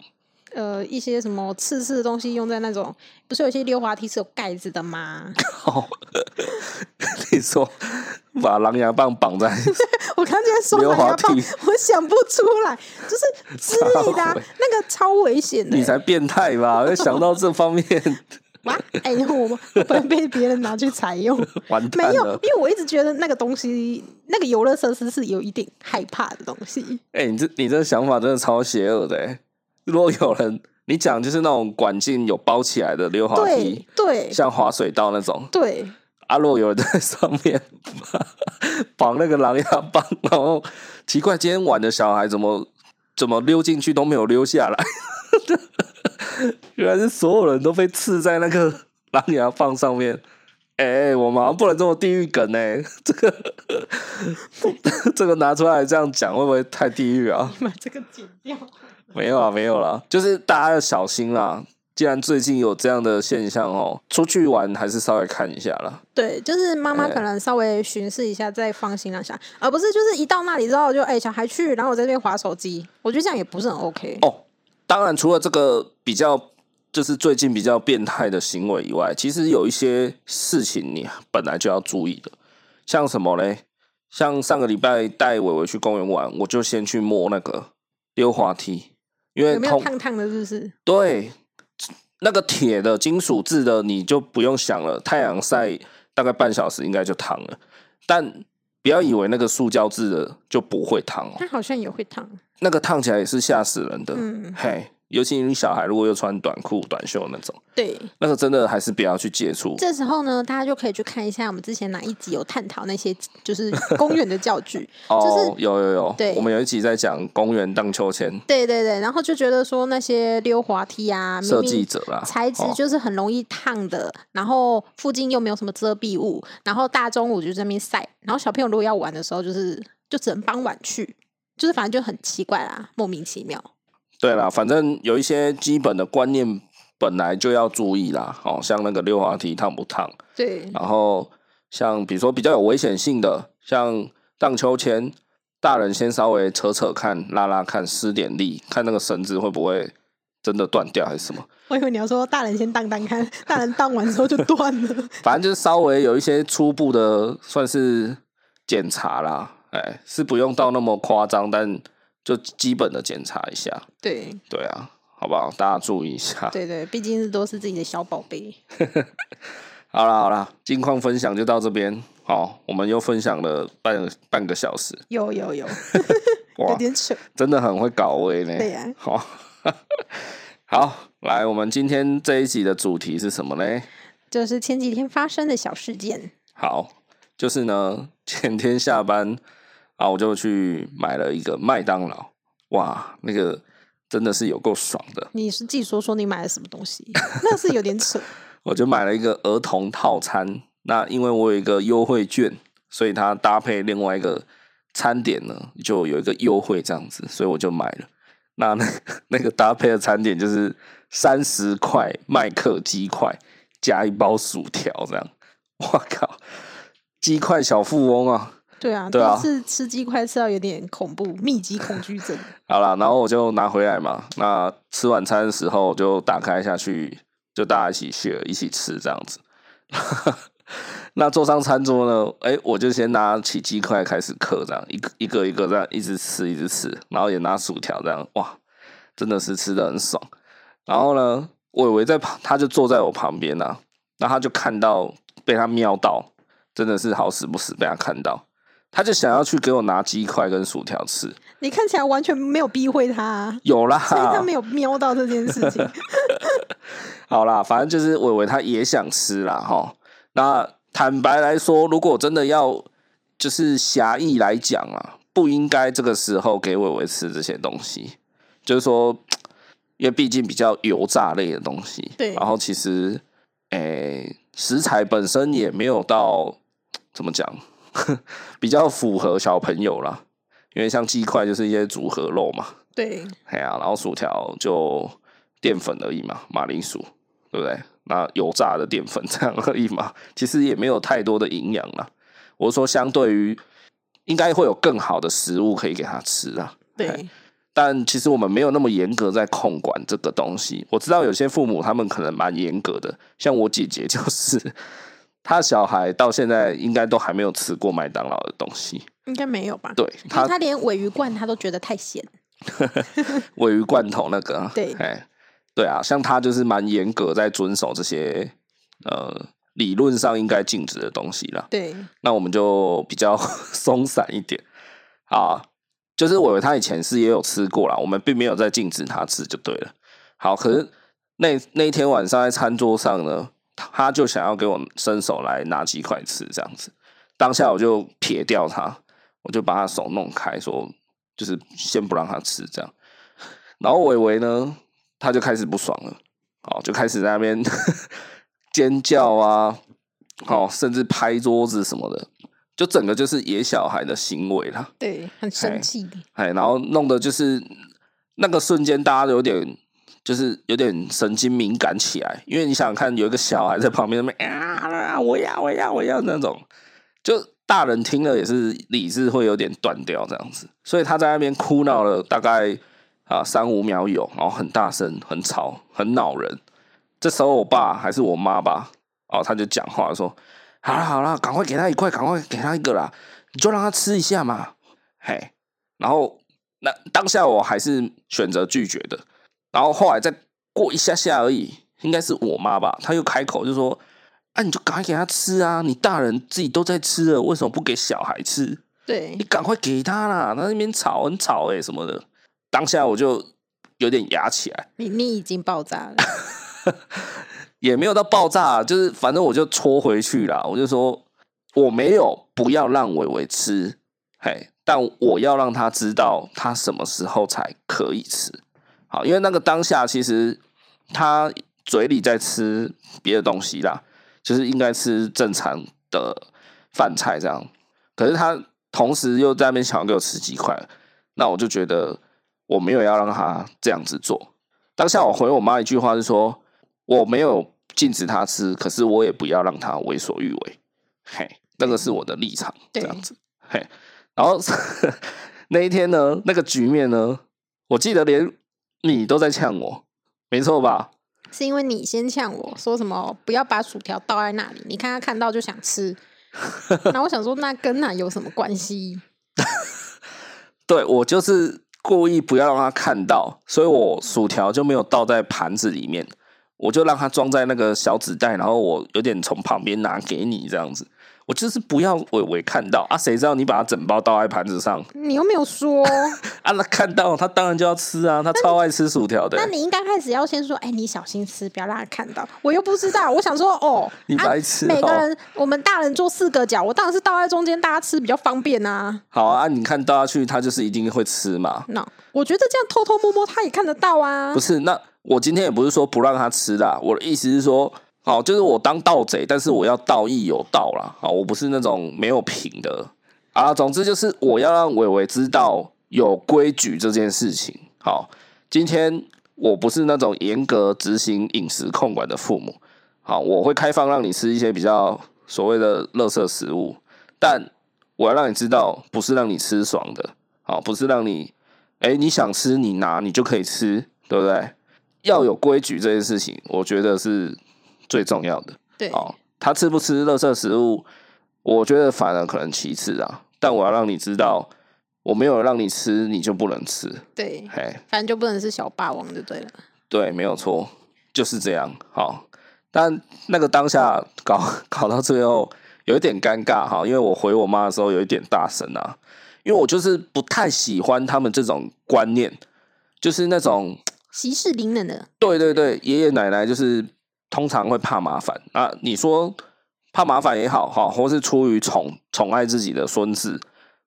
Speaker 2: 呃，一些什么刺刺的东西用在那种，不是有些溜滑梯是有盖子的吗？ (laughs)
Speaker 1: 你说把狼牙棒绑在
Speaker 2: 我刚才说
Speaker 1: 溜
Speaker 2: 狼
Speaker 1: 滑
Speaker 2: 牙棒
Speaker 1: 梯，
Speaker 2: 我想不出来，就是之类的、
Speaker 1: 超
Speaker 2: 啊
Speaker 1: 危，
Speaker 2: 那个超危险的、欸
Speaker 1: 你才变态吧？要想到这方面，
Speaker 2: 哇！哎、我们不能被别人拿去采用，
Speaker 1: (laughs) 完
Speaker 2: 没
Speaker 1: 蛋
Speaker 2: 有，
Speaker 1: 了！
Speaker 2: 因为我一直觉得那个东西，那个游乐设施是有一点害怕的东西。
Speaker 1: 哎、你这你这想法真的超邪恶的、欸。如果有人你讲就是那种管径有包起来的溜滑
Speaker 2: 对
Speaker 1: 梯，
Speaker 2: 对
Speaker 1: 像滑水道那种，
Speaker 2: 对，
Speaker 1: 啊，如果有人在上面绑那个狼牙棒，然后奇怪，今天晚的小孩怎么怎么溜进去都没有溜下来，原来是所有人都被刺在那个狼牙棒上面。哎、我马上不能这么地狱梗哎、这个这个拿出来这样讲会不会太地狱啊？
Speaker 2: (laughs) 你把这个剪掉。
Speaker 1: 没有啊，没有啦，就是大家要小心啦。既然最近有这样的现象哦，出去玩还是稍微看一下啦。
Speaker 2: 对，就是妈
Speaker 1: 哎
Speaker 2: 妈可能稍微巡视一下，再放心让小孩，而不是就是一到那里之后就哎、小孩去，然后我在这边划手机，我觉得这样也不是很 OK。
Speaker 1: 哦，当然，除了这个比较，就是最近比较变态的行为以外，其实有一些事情你本来就要注意的，像什么嘞？像上个礼拜带伟伟去公园玩，我就先去摸那个溜滑梯，因为
Speaker 2: 有没有
Speaker 1: 通
Speaker 2: 烫烫的？是不是？
Speaker 1: 对那个铁的金属制的，你就不用想了，太阳晒大概半小时应该就烫了。但不要以为那个塑胶制的就不会烫哦，
Speaker 2: 它好像也会烫。
Speaker 1: 那个烫起来也是吓死人的。
Speaker 2: 嗯，
Speaker 1: 嘿，尤其你小孩如果又穿短裤、短袖那种，
Speaker 2: 对。
Speaker 1: 那个真的还是不要去接触。
Speaker 2: 这时候呢，大家就可以去看一下我们之前哪一集有探讨那些就是公园的教具。
Speaker 1: 哦，有有有，
Speaker 2: 对啊
Speaker 1: 我们有一集在讲公园荡秋千
Speaker 2: 对对对，然后就觉得说那些溜滑梯啊，明
Speaker 1: 设计
Speaker 2: 明
Speaker 1: 者啦，
Speaker 2: 材质
Speaker 1: 哦
Speaker 2: 就是很容易烫的，然后附近又没有什么遮蔽物，然后大中午就在那边晒，然后小朋友如果要玩的时候，就是就只能傍晚去，就是反正就很奇怪啦，莫名其妙。
Speaker 1: 对啦，反正有一些基本的观念本来就要注意啦。哦，像那个溜滑梯烫不烫，
Speaker 2: 对
Speaker 1: 然后像比如说比较有危险性的，像荡秋千，大人先稍微扯扯看、拉拉看，施点力，看那个绳子会不会真的断掉还是什么。
Speaker 2: 我以为你要说大人先荡荡看，大人荡完之后就断了。
Speaker 1: (laughs) 反正就是稍微有一些初步的算是检查啦，哎，是不用到那么夸张，但就基本的检查一下，
Speaker 2: 对
Speaker 1: 对啊，好不好？大家注意一下。
Speaker 2: 对对，毕竟都是自己的小宝贝。
Speaker 1: 好啦好啦，近况分享就到这边。好，我们又分享了半半个小时，
Speaker 2: 有有有，有
Speaker 1: 哇，
Speaker 2: 点扯。
Speaker 1: 真的很会搞味呢。
Speaker 2: 对啊
Speaker 1: 好， (laughs) 好，来，我们今天这一集的主题是什么呢？
Speaker 2: 就是前几天发生的小事件。
Speaker 1: 好，就是呢，前天下班啊，我就去买了一个麦当劳，哇，那个真的是有够爽的，
Speaker 2: 你是自己说说你买了什么东西？ (laughs) 那是有点扯。
Speaker 1: 我就买了一个儿童套餐。那因为我有一个优惠券，所以它搭配另外一个餐点呢，就有一个优惠这样子，所以我就买了。那那那个搭配的餐点就是三十块麦克鸡块加一包薯条这样，我靠，鸡块小富翁啊！
Speaker 2: 对啊，
Speaker 1: 对啊
Speaker 2: 第一次吃鸡块吃到有点恐怖，密集恐惧症。 (laughs)
Speaker 1: 好啦，然后我就拿回来嘛。那吃晚餐的时候就打开下去，就大家一起 share 一起吃这样子。 (laughs) 那坐上餐桌呢，哎、我就先拿起鸡块开始嗑，这样一个一个一个这样一直吃一直吃，然后也拿薯条这样，哇，真的是吃的很爽。然后呢，我以为在旁，他就坐在我旁边啊，那他就看到被他瞄到，真的是好死不死被他看到，他就想要去给我拿鸡块跟薯条吃，
Speaker 2: 你看起来完全没有避讳他、
Speaker 1: (laughs)
Speaker 2: 啊，
Speaker 1: 有啦，
Speaker 2: 所以他没有瞄到这件事情。
Speaker 1: 好啦，反正就是伟伟他也想吃啦，哈。那坦白来说，如果真的要就是狭义来讲啊，不应该这个时候给伟伟吃这些东西，就是说，因为毕竟比较油炸类的东西，
Speaker 2: 对
Speaker 1: 然后其实，诶、食材本身也没有到怎么讲， (laughs) 比较符合小朋友啦，因为像鸡块就是一些组合肉嘛，
Speaker 2: (laughs) 对，
Speaker 1: 啊哎呀、然后薯条就淀粉而已嘛，马铃薯。对不对？那油炸的淀粉 (laughs) 这样而已嘛，其实也没有太多的营养啦。我说，相对于应该会有更好的食物可以给他吃啊。
Speaker 2: 对，
Speaker 1: 但其实我们没有那么严格在控管这个东西。我知道有些父母他们可能蛮严格的，像我姐姐就是， (laughs) 她小孩到现在应该都还没有吃过麦当劳的东西。
Speaker 2: 应该没有吧？
Speaker 1: 对
Speaker 2: 因为
Speaker 1: 她
Speaker 2: 他连尾鱼罐他都觉得太咸。
Speaker 1: 鲔鱼罐头那个啊，
Speaker 2: 对
Speaker 1: 哎，对啊，像他就是蛮严格在遵守这些呃理论上应该禁止的东西啦。
Speaker 2: 对，
Speaker 1: 那我们就比较 (laughs) 松散一点啊。就是我以为他以前是也有吃过啦，我们并没有在禁止他吃就对了。好，可是那那一天晚上在餐桌上呢，他就想要给我伸手来拿几块吃，这样子。当下我就撇掉他，我就把他手弄开，说就是先不让他吃这样。然后伟伟呢，他就开始不爽了，哦，就开始在那边 (laughs) 尖叫啊，哦，甚至拍桌子什么的，就整个就是野小孩的行为啦。
Speaker 2: 对，很
Speaker 1: 哎
Speaker 2: 生气。
Speaker 1: 哎，然后弄得就是那个瞬间，大家都有点就是有点神经敏感起来，因为你想想看，有一个小孩在旁边那边啊，我要我要我要那种，就大人听了也是理智会有点断掉这样子，所以他在那边哭闹了大概啊三五秒有，然后很大声、很吵、很恼人。这时候我爸还是我妈吧，哦，他就讲话说：“好啦好啦，赶快给他一块，赶快给他一个啦，你就让他吃一下嘛。”嘿，然后那当下我还是选择拒绝的。然后后来再过一下下而已，应该是我妈吧，她又开口就说：“啊，你就赶快给他吃啊！你大人自己都在吃了，为什么不给小孩吃？
Speaker 2: 对
Speaker 1: 你，赶快给他啦！他那边吵很吵哎、什么的。”当下我就有点牙起来，
Speaker 2: 你你已经
Speaker 1: (laughs)
Speaker 2: 爆炸了。
Speaker 1: 也没有到爆炸，啊就是反正我就戳回去啦。我就说我没有不要让伟伟吃，嘿，但我要让他知道他什么时候才可以吃。好，因为那个当下其实他嘴里在吃别的东西啦，就是应该吃正常的饭菜这样。可是他同时又在那边想要给我吃鸡块，那我就觉得我没有要让他这样子做。当下我回我妈一句话是说，我没有禁止他吃，可是我也不要让他为所欲为。嘿，那个是我的立场，这
Speaker 2: 对
Speaker 1: 样子。嘿，然后 (laughs) 那一天呢，那个局面呢，我记得连你都在呛我，没错吧？
Speaker 2: 是因为你先呛我说什么不要把薯条倒在那里，你看他看到就想
Speaker 1: (laughs)
Speaker 2: 吃。然后我想说，那跟那有什么关系？
Speaker 1: 对我就是故意不要让他看到，所以我薯条就没有倒在盘子里面，我就让它装在那个小纸袋，然后我有点从旁边拿给你这样子。我就是不要伟伟看到啊，谁知道你把它整包倒在盘子上
Speaker 2: 你又没有说，
Speaker 1: 啊？那看到他当然就要吃啊，他超爱吃薯条的欸
Speaker 2: 那。你应该开始要先说，哎、你小心吃，不要让他看到。我又不知道，我想说，哦，
Speaker 1: (laughs) 你
Speaker 2: 啊
Speaker 1: 白痴
Speaker 2: 每个
Speaker 1: 哦
Speaker 2: 人我们大人做四个角，我当然是倒在中间，大家吃比较方便啊。
Speaker 1: 好啊，你看倒下去，他就是一定会吃嘛。
Speaker 2: 那、我觉得这样偷偷摸摸他也看得到啊
Speaker 1: 不。是，那我今天也不是说不让他吃啦，我的意思是说，哦，就是我当盗贼，但是我要盗亦有道啦，啊、我不是那种没有品的啊。总之就是我要让伟伟知道有规矩这件事情。好，今天我不是那种严格执行饮食控管的父母，好，我会开放让你吃一些比较所谓的垃圾食物，但我要让你知道，不是让你吃爽的，好，不是让你哎、你想吃你拿，你就可以吃，对不对？要有规矩这件事情，我觉得是最重要的。
Speaker 2: 对，
Speaker 1: 哦，他吃不吃垃圾食物，我觉得反而可能其次啊。但我要让你知道，我没有让你吃，你就不能吃。
Speaker 2: 对，
Speaker 1: 嘿，
Speaker 2: 反正就不能是小霸王就对了。
Speaker 1: 对，没有错，就是这样。好，但那个当下搞搞到最后有一点尴尬哈，因为我回我妈的时候有一点大声啊，因为我就是不太喜欢他们这种观念，就是那种
Speaker 2: 息事宁人的，
Speaker 1: 对对对，爷爷奶奶就是通常会怕麻烦啊。你说怕麻烦也好哈，或是出于宠宠爱自己的孙子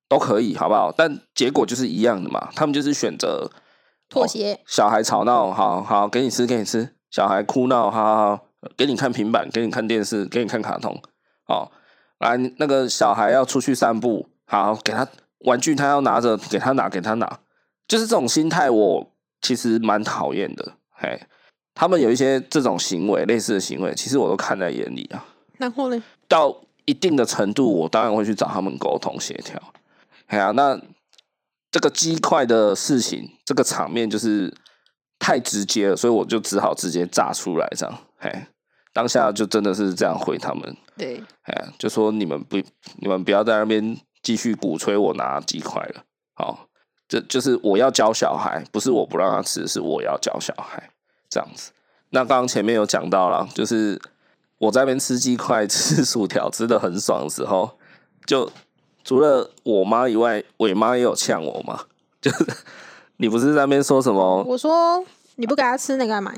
Speaker 1: 都可以，好不好？但结果就是一样的嘛，他们就是选择
Speaker 2: 妥协。
Speaker 1: 小孩吵闹，好好给你吃，给你吃；小孩哭闹，好好好给你看平板，给你看电视，给你看卡通。好，来那个小孩要出去散步，好给他玩具，他要拿着，给他拿，给他拿。就是这种心态，我其实蛮讨厌的。嘿，他们有一些这种行为，类似的行为，其实我都看在眼里啊。
Speaker 2: 然后呢？
Speaker 1: 到一定的程度，我当然会去找他们沟通协调。哎呀、那这个鸡块的事情，这个场面就是太直接了，所以我就只好直接炸出来这样。哎，当下就真的是这样回他们，
Speaker 2: 对，
Speaker 1: 哎，就说你们不，你们不要在那边继续鼓吹我拿鸡块了。好，这就是我要教小孩，不是我不让他吃，是我要教小孩这样子。那刚刚前面有讲到了，就是我在那边吃鸡块、 (laughs) 吃薯条，吃的很爽的时候，就除了我妈以外，伟妈也有呛我嘛，就是 (laughs) 你不是在那边说什么？
Speaker 2: 我说你不给他吃，那个干嘛？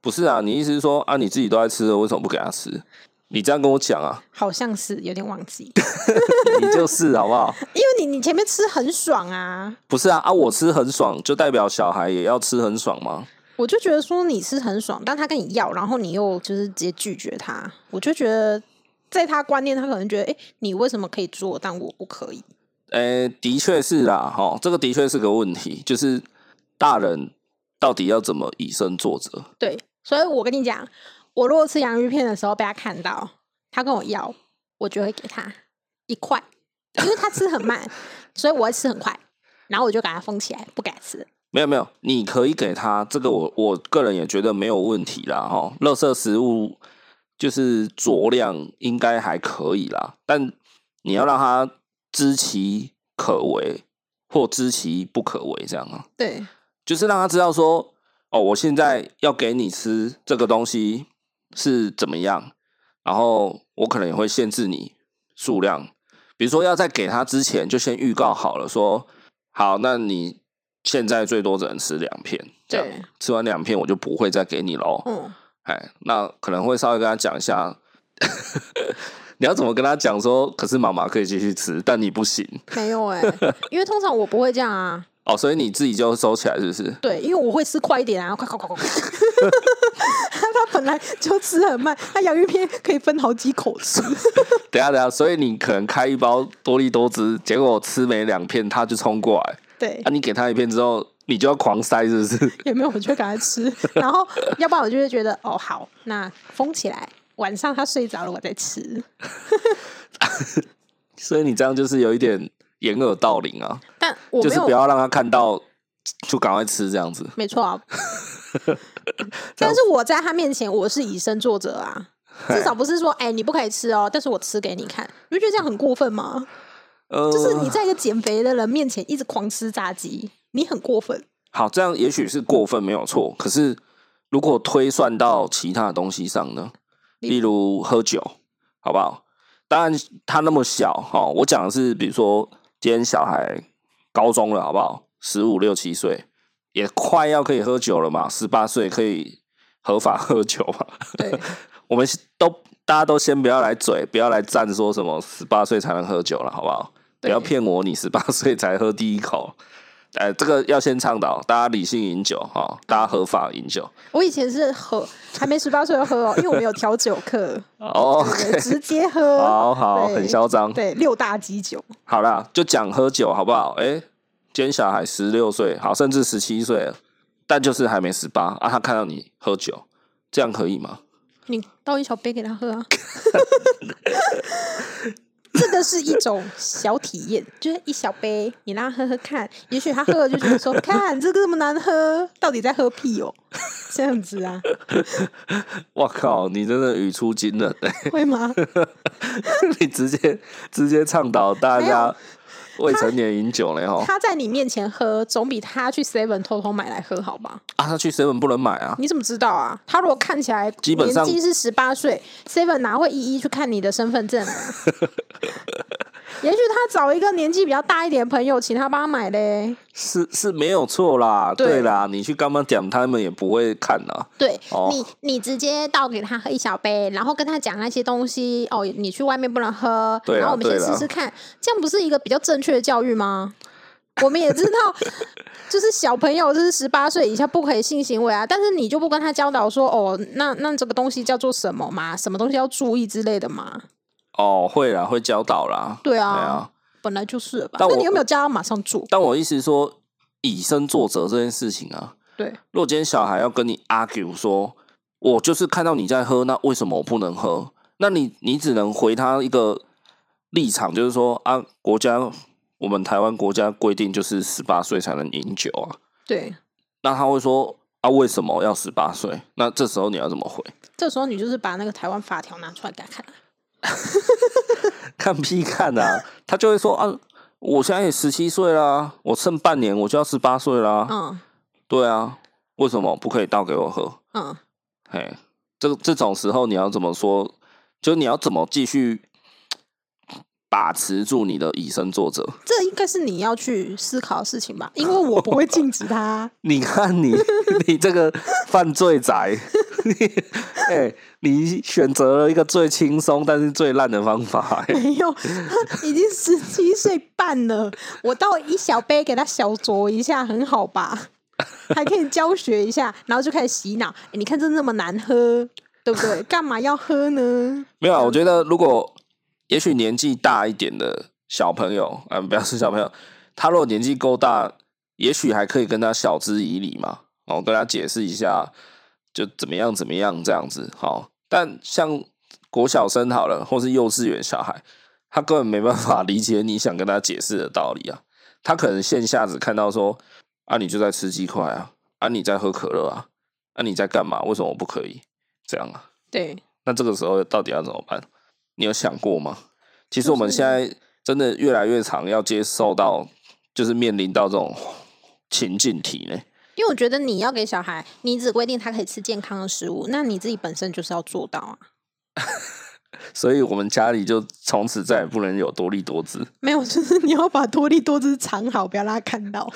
Speaker 1: 不是啊，你意思是说啊，你自己都在吃了，为什么不给他吃？你这样跟我讲啊，
Speaker 2: 好像是有点忘记， (laughs)
Speaker 1: 你就是好不好？
Speaker 2: 因为你你前面吃很爽啊，
Speaker 1: 不是啊啊，我吃很爽，就代表小孩也要吃很爽吗？
Speaker 2: 我就觉得说你吃很爽，但他跟你要，然后你又就是直接拒绝他，我就觉得在他观念，他可能觉得，哎、你为什么可以做，但我不可以？
Speaker 1: 诶、的确是啦，哈，这个的确是个问题，就是大人到底要怎么以身作则？
Speaker 2: 对，所以我跟你讲，我如果吃洋芋片的时候被他看到，他跟我要，我就会给他一块，因为他吃很慢，所以我会吃很快，然后我就给他封起来，不给他吃。
Speaker 1: 没有没有，你可以给他这个我，我个人也觉得没有问题啦，哈，垃圾食物就是酌量应该还可以啦，但你要让他知其可为或知其不可为，这样啊。
Speaker 2: 对，
Speaker 1: 就是让他知道说，哦，我现在要给你吃这个东西是怎么样，然后我可能也会限制你数量，比如说要在给他之前就先预告好了说好，那你现在最多只能吃两片，这样
Speaker 2: 对
Speaker 1: 吃完两片我就不会再给你喽。
Speaker 2: 嗯，
Speaker 1: 哎，那可能会稍微跟他讲一下， (laughs) 你要怎么跟他讲说，可是妈妈可以继续吃，但你不行
Speaker 2: 没有哎、因为通常我不会这样啊。
Speaker 1: 哦，所以你自己就收起来，是不是？
Speaker 2: 对，因为我会吃快一点啊， (laughs) 快快快快快！他本来就吃很慢，他洋芋片可以分好几口吃。
Speaker 1: 等一下等一下，啊所以你可能开一包多利多汁，结果吃没两片他就冲过来，
Speaker 2: 对
Speaker 1: 啊，，你给他一片之后，你就要狂塞，是不是？ (laughs)
Speaker 2: 有没有我就会赶快吃，然后要不然我就会觉得哦好，那封起来，晚上他睡着了我再吃。
Speaker 1: 所以你这样就是有一点掩耳盗铃啊，
Speaker 2: 但我
Speaker 1: 就
Speaker 2: 没
Speaker 1: 是
Speaker 2: 有，
Speaker 1: 不要让他看到，就赶快吃这样子。
Speaker 2: 没错
Speaker 1: (laughs)
Speaker 2: 啊。但是我在他面前我是以身作则啊，至少不是说哎、你不可以吃哦，但是我吃给你看，你不觉得这样很过分吗？
Speaker 1: (laughs) 呃，
Speaker 2: 就是你在一个减肥的人面前一直狂吃炸鸡，你很过分。
Speaker 1: 好，这样也许是过分没有错，可是如果推算到其他的东西上呢，
Speaker 2: 例
Speaker 1: 例如喝酒，好不好？当然，他那么小哈、哦，我讲的是，比如说今天小孩高中了，好不好？十五六七岁，也快要可以喝酒了嘛，十八岁可以合法喝酒嘛。
Speaker 2: 对，
Speaker 1: (laughs) 我们都大家都先不要来嘴，不要来站说什么十八岁才能喝酒了，好不好？不
Speaker 2: 对
Speaker 1: 要骗我，你十八岁才喝第一口。呃，这个要先倡导大家理性饮酒哈、哦，大家合法饮酒。
Speaker 2: 我以前是喝，还没十八岁就喝哦，因为我们有调酒课，
Speaker 1: 哦、
Speaker 2: 对直接喝，
Speaker 1: (laughs) 好好，
Speaker 2: 对
Speaker 1: 很嚣张。
Speaker 2: 对，六大基酒，
Speaker 1: 好啦，就讲喝酒好不好？哎、今天小孩十六岁，好，甚至十七岁了，但就是还没十八啊。他看到你喝酒，这样可以吗？
Speaker 2: 你倒一小杯给他喝啊。这个是一种小体验，就是一小杯，你让他喝喝看，也许他喝了就觉得说，看这个这么难喝，到底在喝屁哦，这样子啊，
Speaker 1: 我靠，你真的语出惊人、欸
Speaker 2: 会吗？
Speaker 1: (laughs) 你直接直接倡导大
Speaker 2: 没有
Speaker 1: 家未成年饮酒了吼。
Speaker 2: 他在你面前喝，总比他去 Seven 偷偷买来喝好吧？
Speaker 1: 啊，他去 seven 不能买啊，
Speaker 2: 你怎么知道啊？他如果看起来
Speaker 1: 基本上
Speaker 2: 年纪是十八岁，Seven 哪会一一去看你的身份
Speaker 1: (laughs)
Speaker 2: 证啊？也许他找一个年纪比较大一点的朋友，请他帮他买嘞。
Speaker 1: 是是没有错啦，
Speaker 2: 对
Speaker 1: 对啦，你去干嘛点，他们也不会看啦。
Speaker 2: 对、
Speaker 1: 哦
Speaker 2: 你，你直接倒给他喝一小杯，然后跟他讲那些东西哦，你去外面不能喝，
Speaker 1: 对啦啊
Speaker 2: 然后我们先
Speaker 1: 对啦
Speaker 2: 试试看，这样不是一个比较正确的教育吗？我们也知道， (laughs) 就是小朋友就是十八岁以下不可以性行为啊，但是你就不跟他教导说哦，那那这个东西叫做什么嘛，什么东西要注意之类的嘛。
Speaker 1: 哦，会啦，会教导啦。
Speaker 2: 对
Speaker 1: 对
Speaker 2: 啊，
Speaker 1: 啊，
Speaker 2: 本来就是了吧？
Speaker 1: 但
Speaker 2: 那
Speaker 1: 我
Speaker 2: 你有没有叫他马上做？
Speaker 1: 但我意思是说，以身作则这件事情啊，
Speaker 2: 对，
Speaker 1: 如果今天小孩要跟你 argue 说，我就是看到你在喝，那为什么我不能喝？那你你只能回他一个立场，就是说啊，国家我们台湾国家规定就是十八岁才能饮酒啊。
Speaker 2: 对，
Speaker 1: 那他会说啊，为什么要十八岁？那这时候你要怎么回？ (laughs)
Speaker 2: 这时候你就是把那个台湾法条拿出来给他看啊，
Speaker 1: 看屁看啊！他就会说啊，我现在也十七岁啦，我剩半年我就要十八岁啦。
Speaker 2: 嗯
Speaker 1: 对啊，为什么不可以倒给我喝？
Speaker 2: 嗯，
Speaker 1: 嘿，这这种时候你要怎么说？就你要怎么继续把持住你的以身作则？
Speaker 2: 这应该是你要去思考的事情吧，因为我不会禁止他 (laughs) 啊，
Speaker 1: 你看你，你这个犯罪仔，哎、你选择了一个最轻松但是最烂的方法、哎
Speaker 2: 没有， (laughs) 他已经十七岁半了，我倒一小杯给他小酌一下，很好 (laughs) 吧？还可以教学一下，然后就开始洗脑。诶你看这那么难喝，对不 (laughs) 对？干嘛要喝呢？
Speaker 1: 没有啊，我觉得如果也许年纪大一点的小朋友，啊、不要是小朋友，他如果年纪够大，也许还可以跟他晓之以理嘛，哦，跟他解释一下，就怎么样怎么样这样子，好。但像国小生好了，或是幼稚园小孩，他根本没办法理解你想跟他解释的道理啊，他可能线下只看到说，啊，你就在吃鸡块啊，啊，你在喝可乐啊，啊，你在干嘛？为什么我不可以？这样啊？
Speaker 2: 对，
Speaker 1: 那这个时候到底要怎么办？你有想过吗？其实我们现在真的越来越常要接受到，就是面临到这种情境题呢。
Speaker 2: 因为我觉得你要给小孩，你只规定他可以吃健康的食物，那你自己本身就是要做到啊。
Speaker 1: 所以我们家里就从此再也不能有多利多姿，
Speaker 2: 没有，就是你要把多利多汁藏好，不要让他看到。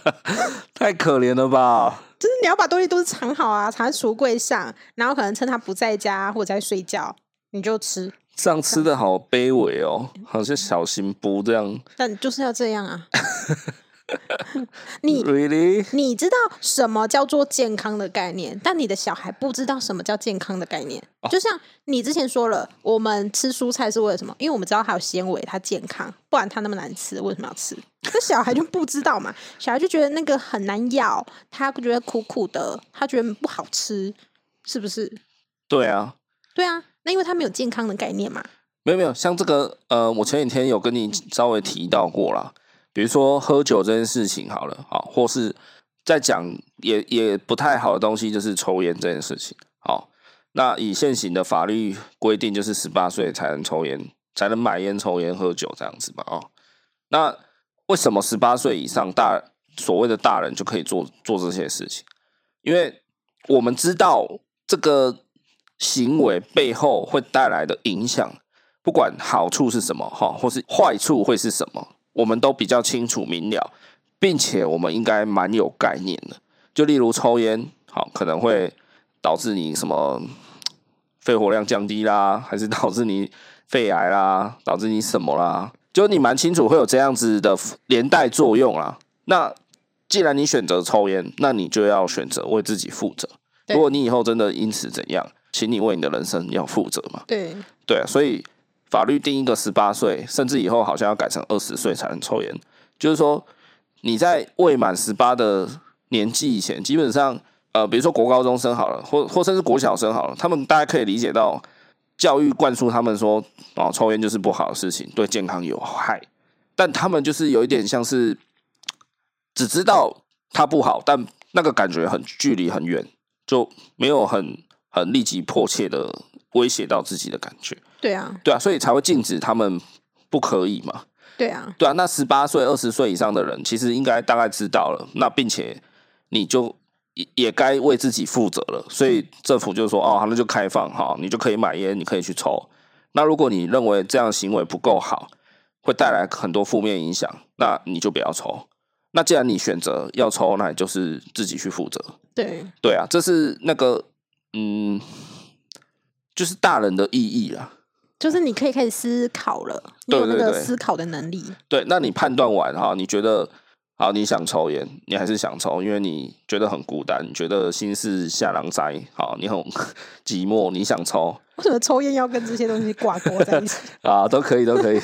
Speaker 1: (laughs) 太可怜了吧？
Speaker 2: 就是你要把多利多汁藏好啊，藏在橱柜上，然后可能趁他不在家或者在睡觉，你就吃。
Speaker 1: 这样吃的好卑微哦，好像小心不这样。
Speaker 2: 但就是要这样啊！你
Speaker 1: Really？
Speaker 2: 你知道什么叫做健康的概念，但你的小孩不知道什么叫健康的概念。就像你之前说了，我们吃蔬菜是为了什么？因为我们知道它有纤维，它健康，不然它那么难吃，为什么要吃？可小孩就不知道嘛，小孩就觉得那个很难咬，他觉得苦苦的，他觉得不好吃，是不是？
Speaker 1: 对啊，
Speaker 2: 对啊，那因为他没有健康的概念嘛。
Speaker 1: 没有没有，像这个呃，我前几天有跟你稍微提到过啦，比如说喝酒这件事情好了，好，或是在讲也也不太好的东西，就是抽烟这件事情。好，那以现行的法律规定，就是十八岁才能抽烟，才能买烟、抽烟、喝酒这样子嘛。哦，那为什么十八岁以上大所谓的大人就可以做做这些事情？因为我们知道这个行为背后会带来的影响。不管好处是什么哈，或是坏处会是什么，我们都比较清楚明了，并且我们应该蛮有概念的。就例如抽烟，好可能会导致你什么肺活量降低啦，还是导致你肺癌啦，导致你什么啦？就你蛮清楚会有这样子的连带作用啦。那既然你选择抽烟，那你就要选择为自己负责。
Speaker 2: 对
Speaker 1: 如果你以后真的因此怎样，请你为你的人生要负责嘛。
Speaker 2: 对，
Speaker 1: 对、啊，所以法律定一个十八岁，甚至以后好像要改成二十岁才能抽烟，就是说你在未满十八的年纪以前，基本上呃，比如说国高中生好了，或或甚至国小生好了，他们大家可以理解到教育灌输他们说哦，抽烟就是不好的事情，对健康有害，但他们就是有一点像是只知道它不好，但那个感觉很距离很远，就没有很很立即迫切的威胁到自己的感觉。
Speaker 2: 对啊，
Speaker 1: 对啊，所以才会禁止他们不可以嘛。
Speaker 2: 对啊，
Speaker 1: 对啊，那十八岁、二十岁以上的人，其实应该大概知道了，那并且你就也也该为自己负责了。所以政府就说哦，那就开放哈，你就可以买烟，你可以去抽。那如果你认为这样行为不够好，会带来很多负面影响，那你就不要抽。那既然你选择要抽，那你就是自己去负责。
Speaker 2: 对
Speaker 1: 对啊，这是那个嗯，就是大人的意义啊啦。
Speaker 2: 就是你可以开始思考了，你有
Speaker 1: 对
Speaker 2: 那
Speaker 1: 对
Speaker 2: 个
Speaker 1: 对
Speaker 2: 思考的能力。
Speaker 1: 对，那你判断完哈，你觉得好，你想抽烟，你还是想抽，因为你觉得很孤单，你觉得心事下狼灾，好，你很寂寞，你想抽
Speaker 2: 为什么抽烟要跟这些东西挂钩在一起？
Speaker 1: 啊，都可以，都可以，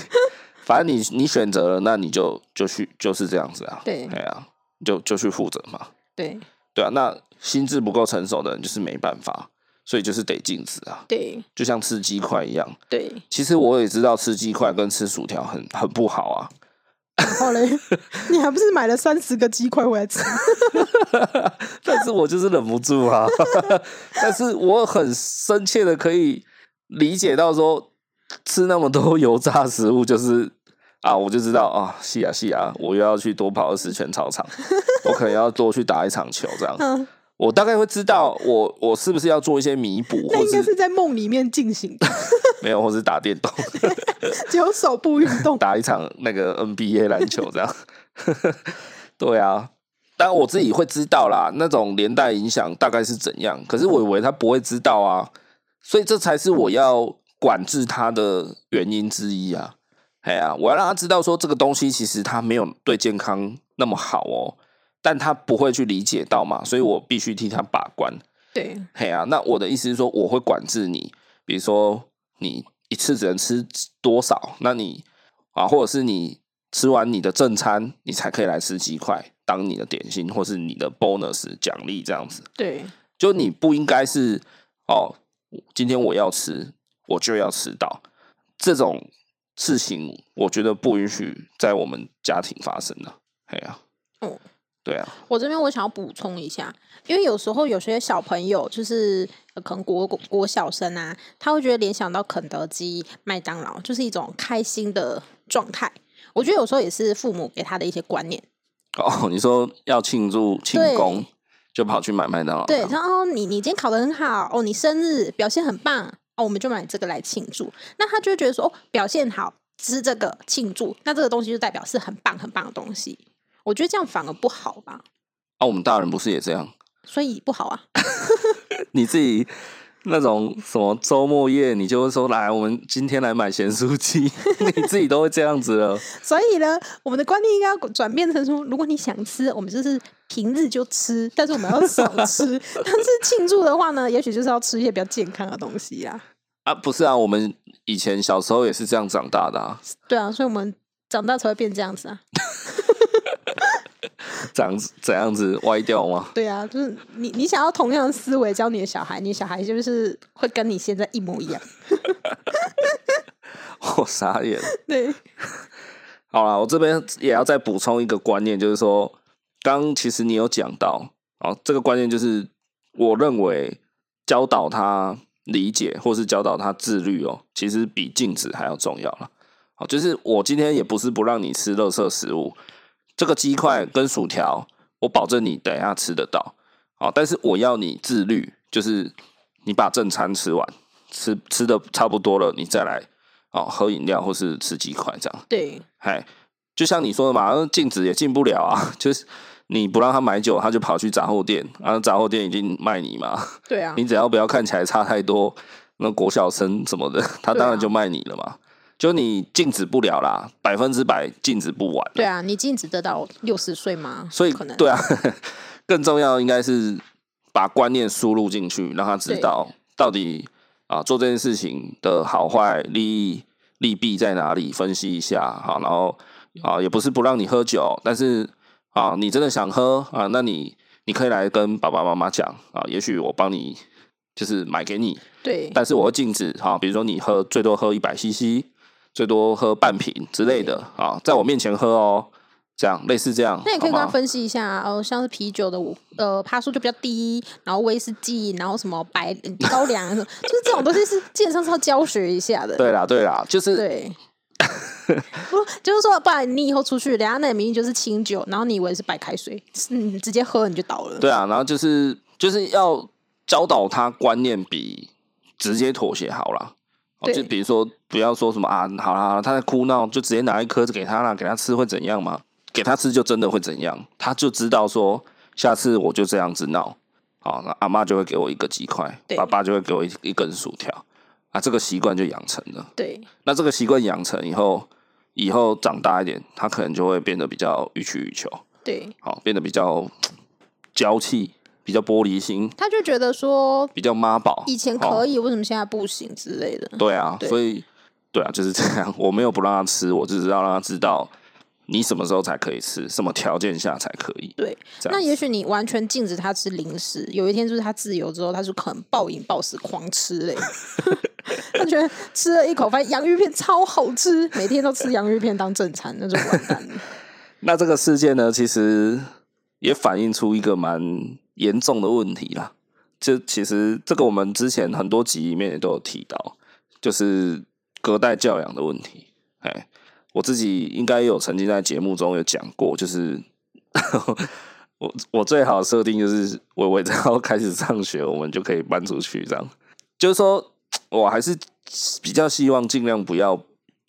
Speaker 1: 反正你你选择了，那你就就去就是这样子啊，
Speaker 2: 对
Speaker 1: 哎呀、就就去负责嘛，
Speaker 2: (laughs) 对，
Speaker 1: 对啊，那心智不够成熟的人就是没办法，所以就是得禁止啊，
Speaker 2: 对
Speaker 1: 就像吃鸡块一样。
Speaker 2: 对，
Speaker 1: 其实我也知道吃鸡块跟吃薯条很很不好啊，
Speaker 2: 然后嘞， (laughs) 你还不是买了三十个鸡块回来吃？
Speaker 1: 但是我就是忍不住啊。 (laughs) 但是我很深切的可以理解到说，吃那么多油炸食物就是啊，我就知道啊，是啊是啊，我又要去多跑二十圈操
Speaker 2: (laughs)
Speaker 1: 场，我可能要多去打一场球这样。
Speaker 2: 嗯，
Speaker 1: 我大概会知道我我是不是要做一些弥补，
Speaker 2: 那
Speaker 1: 或
Speaker 2: 应该
Speaker 1: 是
Speaker 2: 是在梦里面进行的， (laughs)
Speaker 1: 没有，或是打电动，
Speaker 2: 只有手部运动。
Speaker 1: 打一场那个 NBA 篮球这样。 (laughs) 对啊，当然我自己会知道啦，那种连带影响大概是怎样。可是我以为他不会知道啊，所以这才是我要管制他的原因之一啊。哎呀、我要让他知道说这个东西其实它没有对健康那么好哦，但他不会去理解到嘛，所以我必须替他把关。
Speaker 2: 对，
Speaker 1: 嘿啊，那我的意思是说，我会管制你，比如说你一次只能吃多少，那你啊，或者是你吃完你的正餐，你才可以来吃鸡块当你的点心，或是你的 bonus 奖励这样子。
Speaker 2: 对，
Speaker 1: 就你不应该是哦，今天我要吃，我就要吃到这种事情，我觉得不允许在我们家庭发生的。嘿啊，
Speaker 2: 哦，
Speaker 1: 对啊，
Speaker 2: 我这边我想要补充一下，因为有时候有些小朋友就是呃可能国国小生啊，他会觉得联想到肯德基、麦当劳，就是一种开心的状态。我觉得有时候也是父母给他的一些观念，
Speaker 1: 哦， (laughs) 你说要庆祝庆
Speaker 2: 对
Speaker 1: 功，就跑去买麦当劳，
Speaker 2: 对，然后、哦、你你今天考得很好哦，你生日表现很棒哦，我们就买这个来庆祝。那他就会觉得说，哦，表现好吃这个庆祝，那这个东西就代表是很棒很棒的东西。我觉得这样反而不好吧，
Speaker 1: 啊，我们大人不是也这样？ (laughs)
Speaker 2: 所以不好啊。
Speaker 1: 你自己那种什么周末夜，你就会说来，我们今天来买咸酥鸡， (laughs) 你自己都会这样子了。
Speaker 2: 所以呢，我们的观念应该要转变成说，如果你想吃，我们就是平日就吃，但是我们要少 (laughs) 吃。但是庆祝的话呢，也许就是要吃一些比较健康的东西啊。
Speaker 1: 啊，不是啊，我们以前小时候也是这样长大的啊， (laughs)
Speaker 2: 对啊，所以我们长大才会变这样子啊。
Speaker 1: 长怎样子歪掉吗？ (laughs)
Speaker 2: 对啊，就是你你想要同样的思维教你的小孩，你小孩就是会跟你现在一模一样。
Speaker 1: 我傻眼。
Speaker 2: 对，
Speaker 1: 好啦，我这边也要再补充一个观念，就是说，刚其实你有讲到，哦，这个观念就是我认为教导他理解或是教导他自律哦，其实比禁止还要重要了。好，就是我今天也不是不让你吃垃圾食物，这个鸡块跟薯条，我保证你等一下吃得到。好，但是我要你自律，就是你把正餐吃完，吃吃的差不多了，你再来哦喝饮料或是吃鸡块这样。
Speaker 2: 对，
Speaker 1: 嗨，就像你说的嘛，那禁止也禁不了啊， (laughs) 就是你不让他买酒，他就跑去杂货店，啊，杂货店已经卖你嘛，
Speaker 2: 对啊，
Speaker 1: 你只要不要看起来差太多，那国小生什么的，他
Speaker 2: 对啊
Speaker 1: 当然就卖你了嘛。就你禁止不了啦，百分之百禁止不完。
Speaker 2: 对啊，你禁止得到六十岁吗？
Speaker 1: 所以
Speaker 2: 可能
Speaker 1: 对啊，更重要应该是把观念输入进去，让他知道到底啊做这件事情的好坏、利益、利弊在哪里，分析一下好，然后啊也不是不让你喝酒，但是啊你真的想喝啊，那你你可以来跟爸爸妈妈讲啊，也许我帮你就是买给你，
Speaker 2: 对
Speaker 1: 但是我会禁止哈、啊，比如说你喝最多喝一百 CC，最多喝半瓶之类的啊，在我面前喝哦，这样类似这样。
Speaker 2: 那你可以跟
Speaker 1: 好
Speaker 2: 他
Speaker 1: 吗
Speaker 2: 分析一下啊，哦，像是啤酒的我，呃，趴数就比较低，然后威士忌，然后什么白呃高粱什么，就是这种东西是基本上是要教学一下的。
Speaker 1: 对啦，对啦，就是 (laughs)
Speaker 2: 对，不就是说，不然你以后出去，人家那明明就是清酒，然后你以为是白开水，嗯，直接喝你就倒了。
Speaker 1: 对啊，然后就是就是要教导他观念比直接妥协好啦。哦
Speaker 2: 对
Speaker 1: 就比如说不要说什么啊，好啦好啦，他在哭闹，就直接拿一颗给他啦，给他吃会怎样嘛？给他吃就真的会怎样？他就知道说下次我就这样子闹，好，那阿妈就会给我一个鸡块，
Speaker 2: 对
Speaker 1: 爸爸就会给我一一根薯条，啊，这个习惯就养成了。
Speaker 2: 对
Speaker 1: 那这个习惯养成以后，以后长大一点，他可能就会变得比较予取予求。
Speaker 2: 对，
Speaker 1: 好，变得比较娇气，比较玻璃心，
Speaker 2: 他就觉得说
Speaker 1: 比较妈宝。
Speaker 2: 以前
Speaker 1: 好
Speaker 2: 可以，为什么现在不行之类的。
Speaker 1: 对啊，(laughs)
Speaker 2: 对
Speaker 1: 所以对啊，就是这样。我没有不让他吃，我只是要让他知道你什么时候才可以吃，什么条件下才可以。
Speaker 2: 对，
Speaker 1: 这样
Speaker 2: 那
Speaker 1: 子
Speaker 2: 也许你完全禁止他吃零食，有一天就是他自由之后，他就可能暴饮暴食狂吃
Speaker 1: (laughs)
Speaker 2: 嘞、他觉得吃了一口，发现洋芋片超好吃，每天都吃洋芋片当正餐，那就完蛋了。
Speaker 1: 那这个事件呢，其实也反映出一个蛮严重的问题啦。这其实这个我们之前很多集里面也都有提到，就是隔代教养的问题。哎，我自己应该有曾经在节目中有讲过，就是 (laughs) 我我最好的设定就是我我只要开始上学，我们就可以搬出去，这样就是说我还是比较希望尽量不要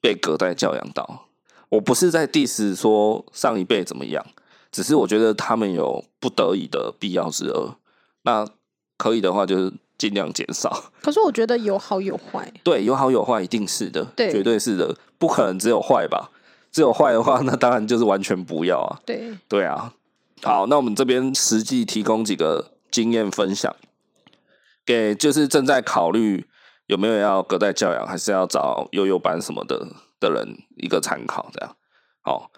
Speaker 1: 被隔代教养到。我不是在 diss 说上一辈怎么样，只是我觉得他们有不得已的必要之恶。那可以的话，就是尽量减少。 (laughs)
Speaker 2: 可是我觉得有好有坏，
Speaker 1: 对，有好有坏，一定是的，
Speaker 2: 对
Speaker 1: 绝对是的，不可能只有坏吧？只有坏的话，那当然就是完全不要啊。
Speaker 2: 对，
Speaker 1: 对啊，好，那我们这边实际提供几个经验分享，给就是正在考虑有没有要隔代教养，还是要找幼幼班什么的的人一个参考，这样。好，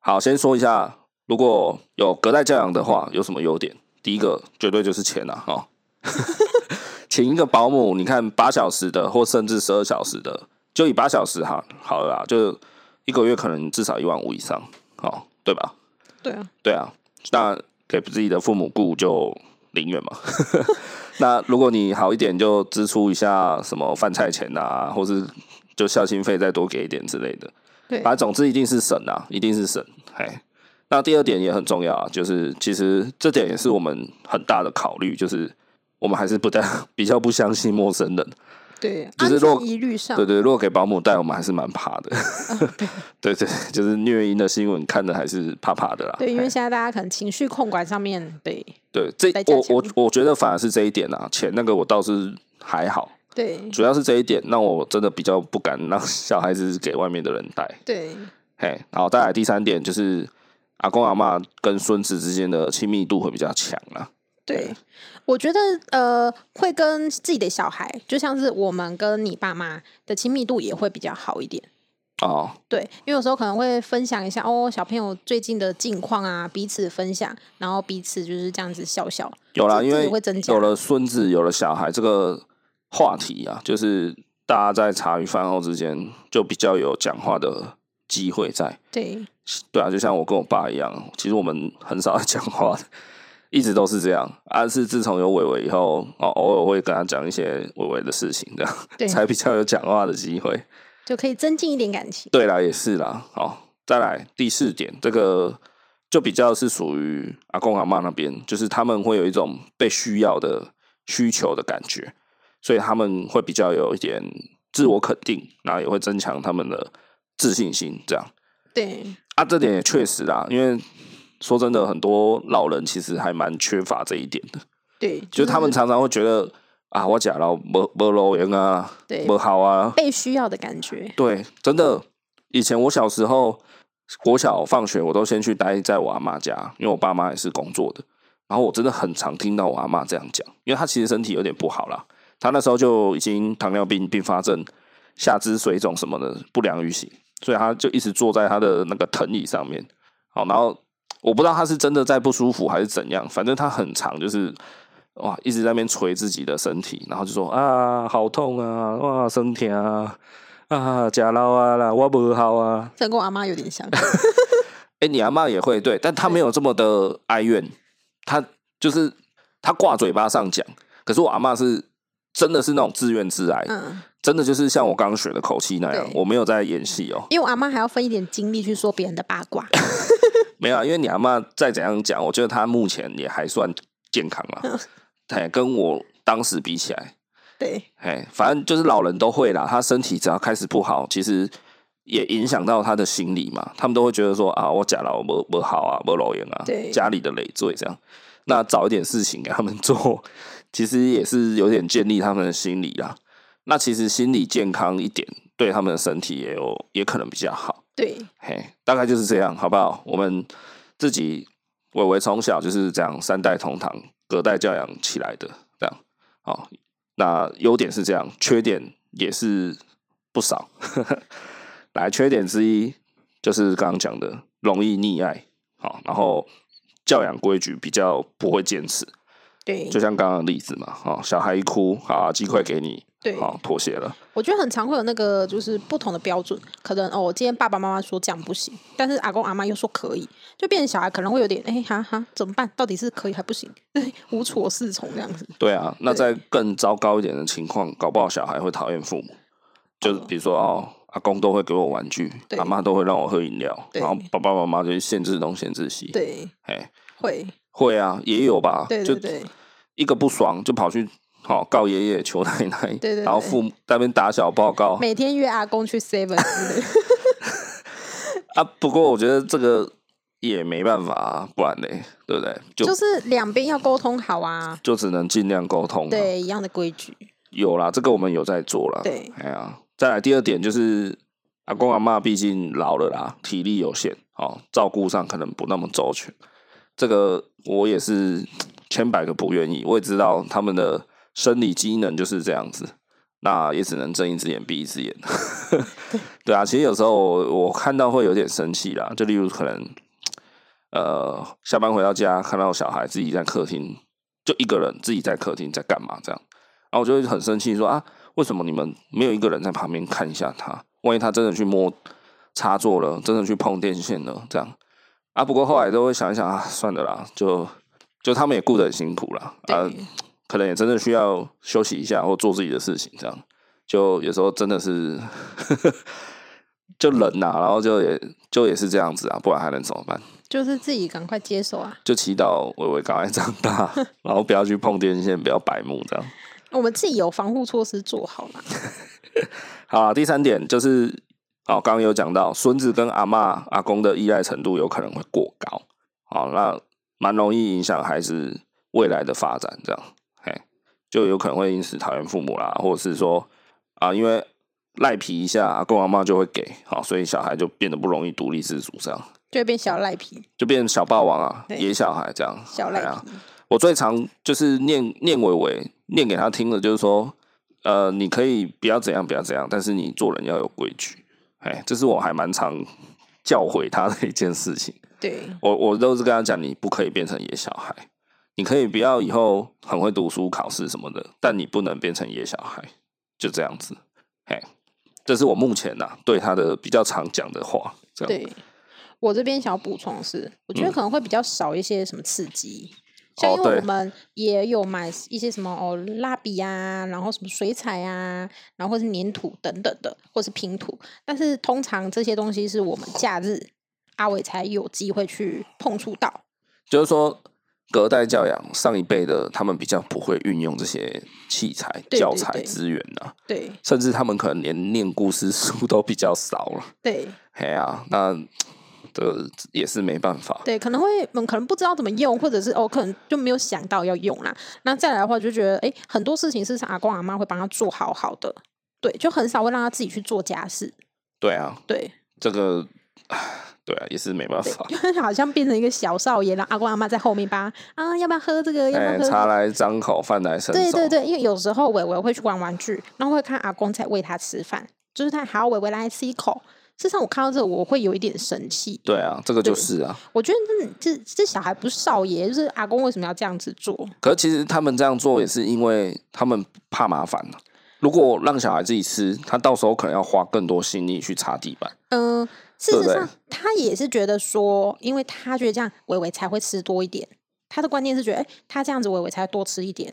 Speaker 1: 好，先说一下，如果有隔代教养的话，有什么优点？第一个绝对就是钱啊，哦， (laughs) 请一个保姆，你看八小时的，或甚至十二小时的，就以八小时哈好了啦，就一个月可能至少一万五以上，好，对吧？
Speaker 2: 对啊，
Speaker 1: 对啊，那给自己的父母雇就零元嘛。 (laughs) 那如果你好一点，就支出一下什么饭菜钱啊，或是就孝心费再多给一点之类的。
Speaker 2: 对
Speaker 1: 反正总之一定是省啊，一定是省。哎，那第二点也很重要啊，就是其实这点也是我们很大的考虑，就是我们还是不太比较不相信陌生人。
Speaker 2: 对，
Speaker 1: 就
Speaker 2: 安
Speaker 1: 是若
Speaker 2: 全疑虑上
Speaker 1: 对，对，如果给保姆带，我们还是蛮怕 (laughs) 的。对对，就是虐婴的新闻看的还是怕怕的啦。
Speaker 2: 对，因
Speaker 1: 嘿
Speaker 2: 为现在大家可能情绪控管上面，对，
Speaker 1: 对，这
Speaker 2: 再加
Speaker 1: 我
Speaker 2: 强
Speaker 1: 我我觉得反而是这一点啊，钱那个我倒是还好，
Speaker 2: 对，
Speaker 1: 主要是这一点让我真的比较不敢让 (laughs) 小孩子给外面的人带。
Speaker 2: 对，
Speaker 1: 嘿，好，再来第三点就是阿公阿妈跟孙子之间的亲密度会比较强啊。
Speaker 2: 对，我觉得呃，会跟自己的小孩，就像是我们跟你爸妈的亲密度也会比较好一点。
Speaker 1: 哦，
Speaker 2: 对，因为有时候可能会分享一下哦，小朋友最近的近况啊，彼此分享，然后彼此就是这样子笑笑。
Speaker 1: 有啦，
Speaker 2: 这
Speaker 1: 因
Speaker 2: 这也
Speaker 1: 为
Speaker 2: 会增加
Speaker 1: 有了孙子，有了小孩，这个话题啊，就是大家在茶余饭后之间就比较有讲话的机会在。
Speaker 2: 对，
Speaker 1: 对啊，就像我跟我爸一样，其实我们很少在讲话的，一直都是这样。啊，是自从有伟伟以后，哦，偶尔会跟他讲一些伟伟的事情，这
Speaker 2: 对
Speaker 1: 样才比较有讲话的机会。
Speaker 2: 就可以增进一点感情。
Speaker 1: 对啦，也是啦。好，再来第四点，这个就比较是属于阿公阿妈那边，就是他们会有一种被需要的需求的感觉，所以他们会比较有一点自我肯定，然后也会增强他们的自信心，这样。
Speaker 2: 对，
Speaker 1: 啊，这点也确实啦，因为说真的，很多老人其实还蛮缺乏这一点的，
Speaker 2: 对，
Speaker 1: 就是他们常常会觉得啊，我假老没没路用啊，
Speaker 2: 对
Speaker 1: 没好啊，
Speaker 2: 被需要的感觉。
Speaker 1: 对，真的。以前我小时候，国小放学我都先去待在我阿妈家，因为我爸妈也是工作的。然后我真的很常听到我阿妈这样讲，因为她其实身体有点不好啦，她那时候就已经糖尿病并发症、下肢水肿什么的不良于行，所以她就一直坐在她的那个藤椅上面。好，然后我不知道她是真的在不舒服还是怎样，反正她很常就是哇一直在那边捶自己的身体，然后就说啊好痛啊，哇生疼啊。 (laughs) 啊，假老啊啦，我不好啊。
Speaker 2: 这跟我阿妈有点像。
Speaker 1: 哎、你阿妈也会对，但她没有这么的哀怨，她就是她挂嘴巴上讲。可是我阿妈是真的是那种自怨自艾，
Speaker 2: 嗯，
Speaker 1: 真的就是像我刚学的口气那样
Speaker 2: 对，
Speaker 1: 我没有在演戏哦、
Speaker 2: 因为我阿妈还要分一点精力去说别人的八卦。
Speaker 1: 没有啊，因为你阿妈再怎样讲，我觉得她目前也还算健康
Speaker 2: 嗯
Speaker 1: 啦。哎，跟我当时比起来，
Speaker 2: 对，
Speaker 1: 哎，反正就是老人都会啦，他身体只要开始不好，其实也影响到他的心理嘛。他们都会觉得说啊，我假老不不好啊，不老人啊
Speaker 2: 对，
Speaker 1: 家里的累赘这样。那找一点事情给他们做，其实也是有点建立他们的心理啦。那其实心理健康一点，对他们的身体也有也可能比较好。
Speaker 2: 对，
Speaker 1: 嘿，大概就是这样，好不好？我们自己伟伟从小就是这样三代同堂、隔代教养起来的，这样。好，那优点是这样，缺点也 (laughs) 是不少。来，缺点之一就是刚刚讲的容易溺爱，好，然后教养规矩比较不会坚持，
Speaker 2: 对，
Speaker 1: 就像刚刚的例子嘛，好，小孩一哭，好啊，鸡块给你，
Speaker 2: 对
Speaker 1: 好，妥协了，
Speaker 2: 我觉得很常会有那个就是不同的标准，可能哦，今天爸爸妈妈说这样不行，但是阿公阿妈又说可以，就变成小孩可能会有点哎哈哈，怎么办？到底是可以还不行， (laughs) 无所适从这样子。
Speaker 1: 对啊，那在更糟糕一点的情况，搞不好小孩会讨厌父母，就是比如说哦，阿公都会给我玩具，
Speaker 2: 对
Speaker 1: 阿妈都会让我喝饮料，
Speaker 2: 对
Speaker 1: 然后爸爸妈妈就限制东限制西，，
Speaker 2: 对，
Speaker 1: 哎，
Speaker 2: 会，
Speaker 1: 会啊，也有吧，
Speaker 2: 对
Speaker 1: 就哦
Speaker 2: 对对
Speaker 1: 一个不爽就跑去好、告爷爷求奶奶，
Speaker 2: 对对
Speaker 1: 然后父母在那边打小报告
Speaker 2: 每天约阿公去 seven 之类的
Speaker 1: 啊。不过我觉得这个也没办法啊，不然嘞，对不对？ (laughs) 就
Speaker 2: 就
Speaker 1: 就是
Speaker 2: 两边要沟通好啊，
Speaker 1: 只能尽量沟通、啊。，
Speaker 2: 对，一样的规矩，
Speaker 1: 有啦，这个我们有在做啦。
Speaker 2: 对
Speaker 1: 哎呀，再来第二点就是阿公阿妈毕竟老了啦，体力有限，哦，照顾上可能不那么周全。这个我也是千百个不愿意，我也知道他们的生理机能就是这样子，那也只能睁一只眼闭一只眼。 (laughs) 对啊，其实有时候我我看到会有点生气啦，就例如可能呃下班回到家看到小孩自己在客厅，就一个人自己在客厅在干嘛这样，然后我就会很生气说啊，为什么你们没有一个人在旁边看一下他？万一他真的去摸插座了，真的去碰电线了，这样啊？不过后来都会想一想啊，算了啦，就就他们也顾得很辛苦啦，啊
Speaker 2: 对，
Speaker 1: 可能也真的需要休息一下或做自己的事情，这样就有时候真的是 (laughs) 就冷呐、然后就也就也是这样子啊，不然还能怎么办？
Speaker 2: 就是自己赶快接受啊。
Speaker 1: 就祈祷伟伟赶快长
Speaker 2: (laughs)
Speaker 1: 大，然后不要去碰电线，不要白目这样。
Speaker 2: 我们自己有防护措施做好了，
Speaker 1: 好啊，第三点就是，哦，刚刚有讲到孙子跟阿嬷、阿公的依赖程度有可能会过高，好，那蛮容易影响孩子未来的发展，这样，嘿，就有可能会因此讨厌父母啦，或者是说啊，因为赖皮一下，阿公阿嬷就会给，好，所以小孩就变得不容易独立自主，这样
Speaker 2: 就会变小赖皮，
Speaker 1: 就变成小霸王啊，
Speaker 2: 对
Speaker 1: 野小孩这样，
Speaker 2: 小
Speaker 1: 哎
Speaker 2: 赖
Speaker 1: 呀
Speaker 2: 皮，
Speaker 1: 我最常就是念念伟伟念给他听的，就是说，呃，你可以不要怎样不要怎样，但是你做人要有规矩。哎，这是我还蛮常教诲他的一件事情。
Speaker 2: 对
Speaker 1: 我我都是跟他讲，你不可以变成野小孩，你可以不要以后很会读书、考试什么的，但你不能变成野小孩，就这样子。哎，这是我目前呐、对他的比较常讲的话。这样
Speaker 2: 对。我这边想要补充的是，我觉得
Speaker 1: 嗯
Speaker 2: 可能会比较少一些什么刺激，
Speaker 1: 哦
Speaker 2: 像因为
Speaker 1: 对
Speaker 2: 我们也有买一些什么哦蜡笔啊，然后什么水彩啊，然后或是粘土等等的，或是拼图。但是通常这些东西是我们假日阿伟才有机会去碰触到。
Speaker 1: 就是说，隔代教养上一辈的他们比较不会运用这些器材、
Speaker 2: 对
Speaker 1: 教
Speaker 2: 对
Speaker 1: 材
Speaker 2: 对
Speaker 1: 资源啊，
Speaker 2: 对
Speaker 1: 甚至他们可能连念故事书都比较少了。
Speaker 2: 对
Speaker 1: 嘿啊，那这也是没办法。
Speaker 2: 对，可能会嗯，可能不知道怎么用，或者是哦，可能就没有想到要用啦。那再来的话，就觉得哎，很多事情是阿公阿妈会帮他做好好的，对，就很少会让他自己去做家事，
Speaker 1: 对啊，
Speaker 2: 对。
Speaker 1: 这个，对啊，也是没办法。
Speaker 2: 就好像变成一个小少爷，然后阿公阿妈在后面吧，啊，要不要喝这个？要不要
Speaker 1: 哎，
Speaker 2: 喝、这
Speaker 1: 茶
Speaker 2: 个？
Speaker 1: 来张口，饭来伸手。
Speaker 2: 对对对，因为有时候伟伟会去玩玩具，然后会看阿公在喂他吃饭，就是他好，伟伟来吃一口。事实上，我看到这个我会有一点生气，
Speaker 1: 对啊，这个就是啊。
Speaker 2: 我觉得嗯这这小孩不是少爷，就是阿公为什么要这样子做？
Speaker 1: 可是其实他们这样做也是因为他们怕麻烦啊如果让小孩自己吃，他到时候可能要花更多心力去擦地板。
Speaker 2: 嗯，事
Speaker 1: 对不
Speaker 2: 实
Speaker 1: 对
Speaker 2: 上他也是觉得说，因为他觉得这样伟伟才会吃多一点，他的观念是觉得，哎、他这样子伟伟才会多吃一点。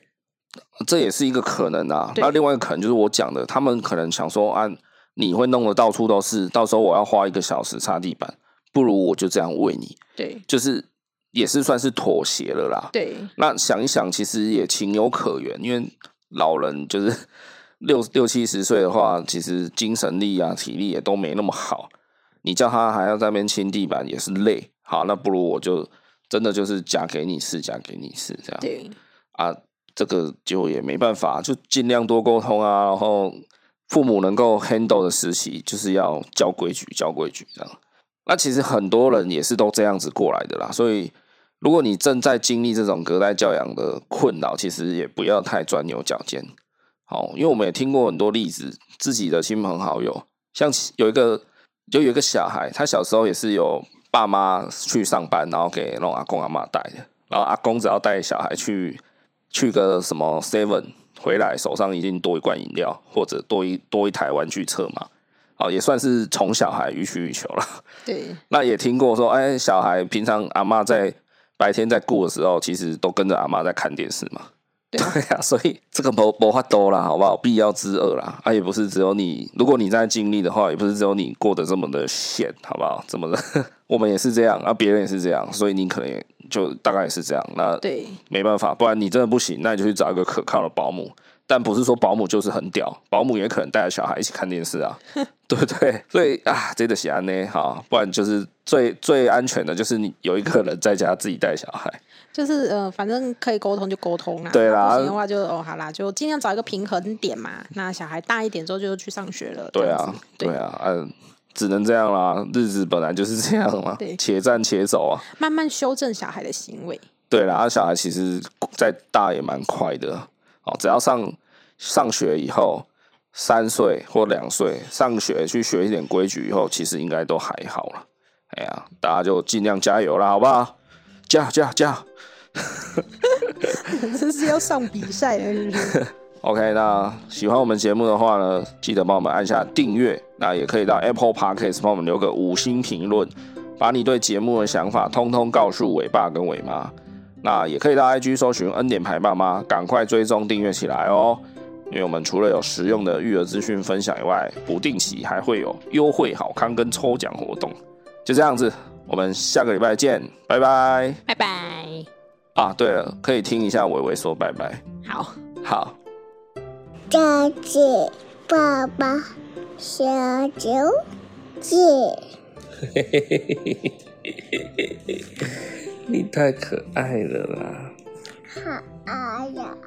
Speaker 1: 这也是一个可能啊。
Speaker 2: 对
Speaker 1: 那另外一个可能就是我讲的，他们可能想说啊，你会弄得到处都是，到时候我要花一个小时擦地板，不如我就这样喂你，
Speaker 2: 对
Speaker 1: 就是也是算是妥协了啦。
Speaker 2: 对
Speaker 1: 那想一想，其实也情有可原，因为老人就是 (laughs) 六六七十岁的话，其实精神力啊、体力也都没那么好，你叫他还要在那边清地板也是累。好，那不如我就真的就是夹给你吃，夹给你吃这样。
Speaker 2: 对
Speaker 1: 啊，这个就也没办法，就尽量多沟通啊，然后父母能够 handle 的时期，就是要教规矩，教规矩这样。那其实很多人也是都这样子过来的啦，所以如果你正在经历这种隔代教养的困扰，其实也不要太钻牛角尖。好，因为我们也听过很多例子，自己的亲朋好友，像其有一个就有一个小孩，他小时候也是有爸妈去上班，然后给那种阿公阿妈带的，然后阿公只要带小孩去去个什么 seven 回来，手上一定多一罐饮料或者多一多一台玩具车嘛，哦，也算是宠小孩予取予求了。
Speaker 2: 对，
Speaker 1: 那也听过说，哎，小孩平常阿妈在白天在顾的时候，其实都跟着阿妈在看电视嘛。
Speaker 2: 对啊
Speaker 1: 呀、 (laughs) 所以这个没没法多啦，好不好？必要之恶啦，啊，也不是只有你，如果你在经历的话，也不是只有你过得这么的闲，好不好？这么的， (laughs) 我们也是这样，啊，别人也是这样，所以你可能也就大概也是这样。那
Speaker 2: 对，
Speaker 1: 没办法，不然你真的不行，那你就去找一个可靠的保姆。但不是说保姆就是很屌，保姆也可能带着小孩一起看电视
Speaker 2: (laughs)
Speaker 1: 啊，对不对？所以啊，这个喜安呢，哈，不然就是最最安全的，就是你有一个人在家自己带小孩。
Speaker 2: 就是呃，反正可以沟通就沟通啦。
Speaker 1: 对
Speaker 2: 那
Speaker 1: 啦
Speaker 2: 不行的话就哦，好啦，就尽量找一个平衡点嘛。那小孩大一点之后就去上学了。这
Speaker 1: 对
Speaker 2: 样
Speaker 1: 啊
Speaker 2: 子，
Speaker 1: 对
Speaker 2: 对，
Speaker 1: 啊，嗯，只能这样啦，日子本来就是这样嘛
Speaker 2: 对，
Speaker 1: 且战且走啊。
Speaker 2: 慢慢修正小孩的行为。 (laughs)
Speaker 1: 对啦，啊小孩其实再大也蛮快的哦，只要上上学以后，三岁或两岁上学去学一点规矩以后，其实应该都还好了。哎呀，大家就尽量加油啦，好不好？加加加
Speaker 2: 这是要上比赛了，是不是？
Speaker 1: ！OK，那喜欢我们节目的话呢，记得帮我们按下订阅，那也可以到 Apple Podcast 帮我们留个五星评论，把你对节目的想法通通告诉伟爸跟伟妈。那也可以到 IG 搜寻恩典牌爸妈，赶快追踪订阅起来哦。因为我们除了有实用的育儿资讯分享以外，不定期还会有优惠好康跟抽奖活动。就这样子，我们下个礼拜见，拜拜
Speaker 2: 拜拜，
Speaker 1: 啊！对了，可以听一下伟伟说拜拜。
Speaker 2: 好。
Speaker 1: 好，
Speaker 3: 这是爸爸小球姐。
Speaker 1: 你太可爱了啦！
Speaker 3: 哎呀。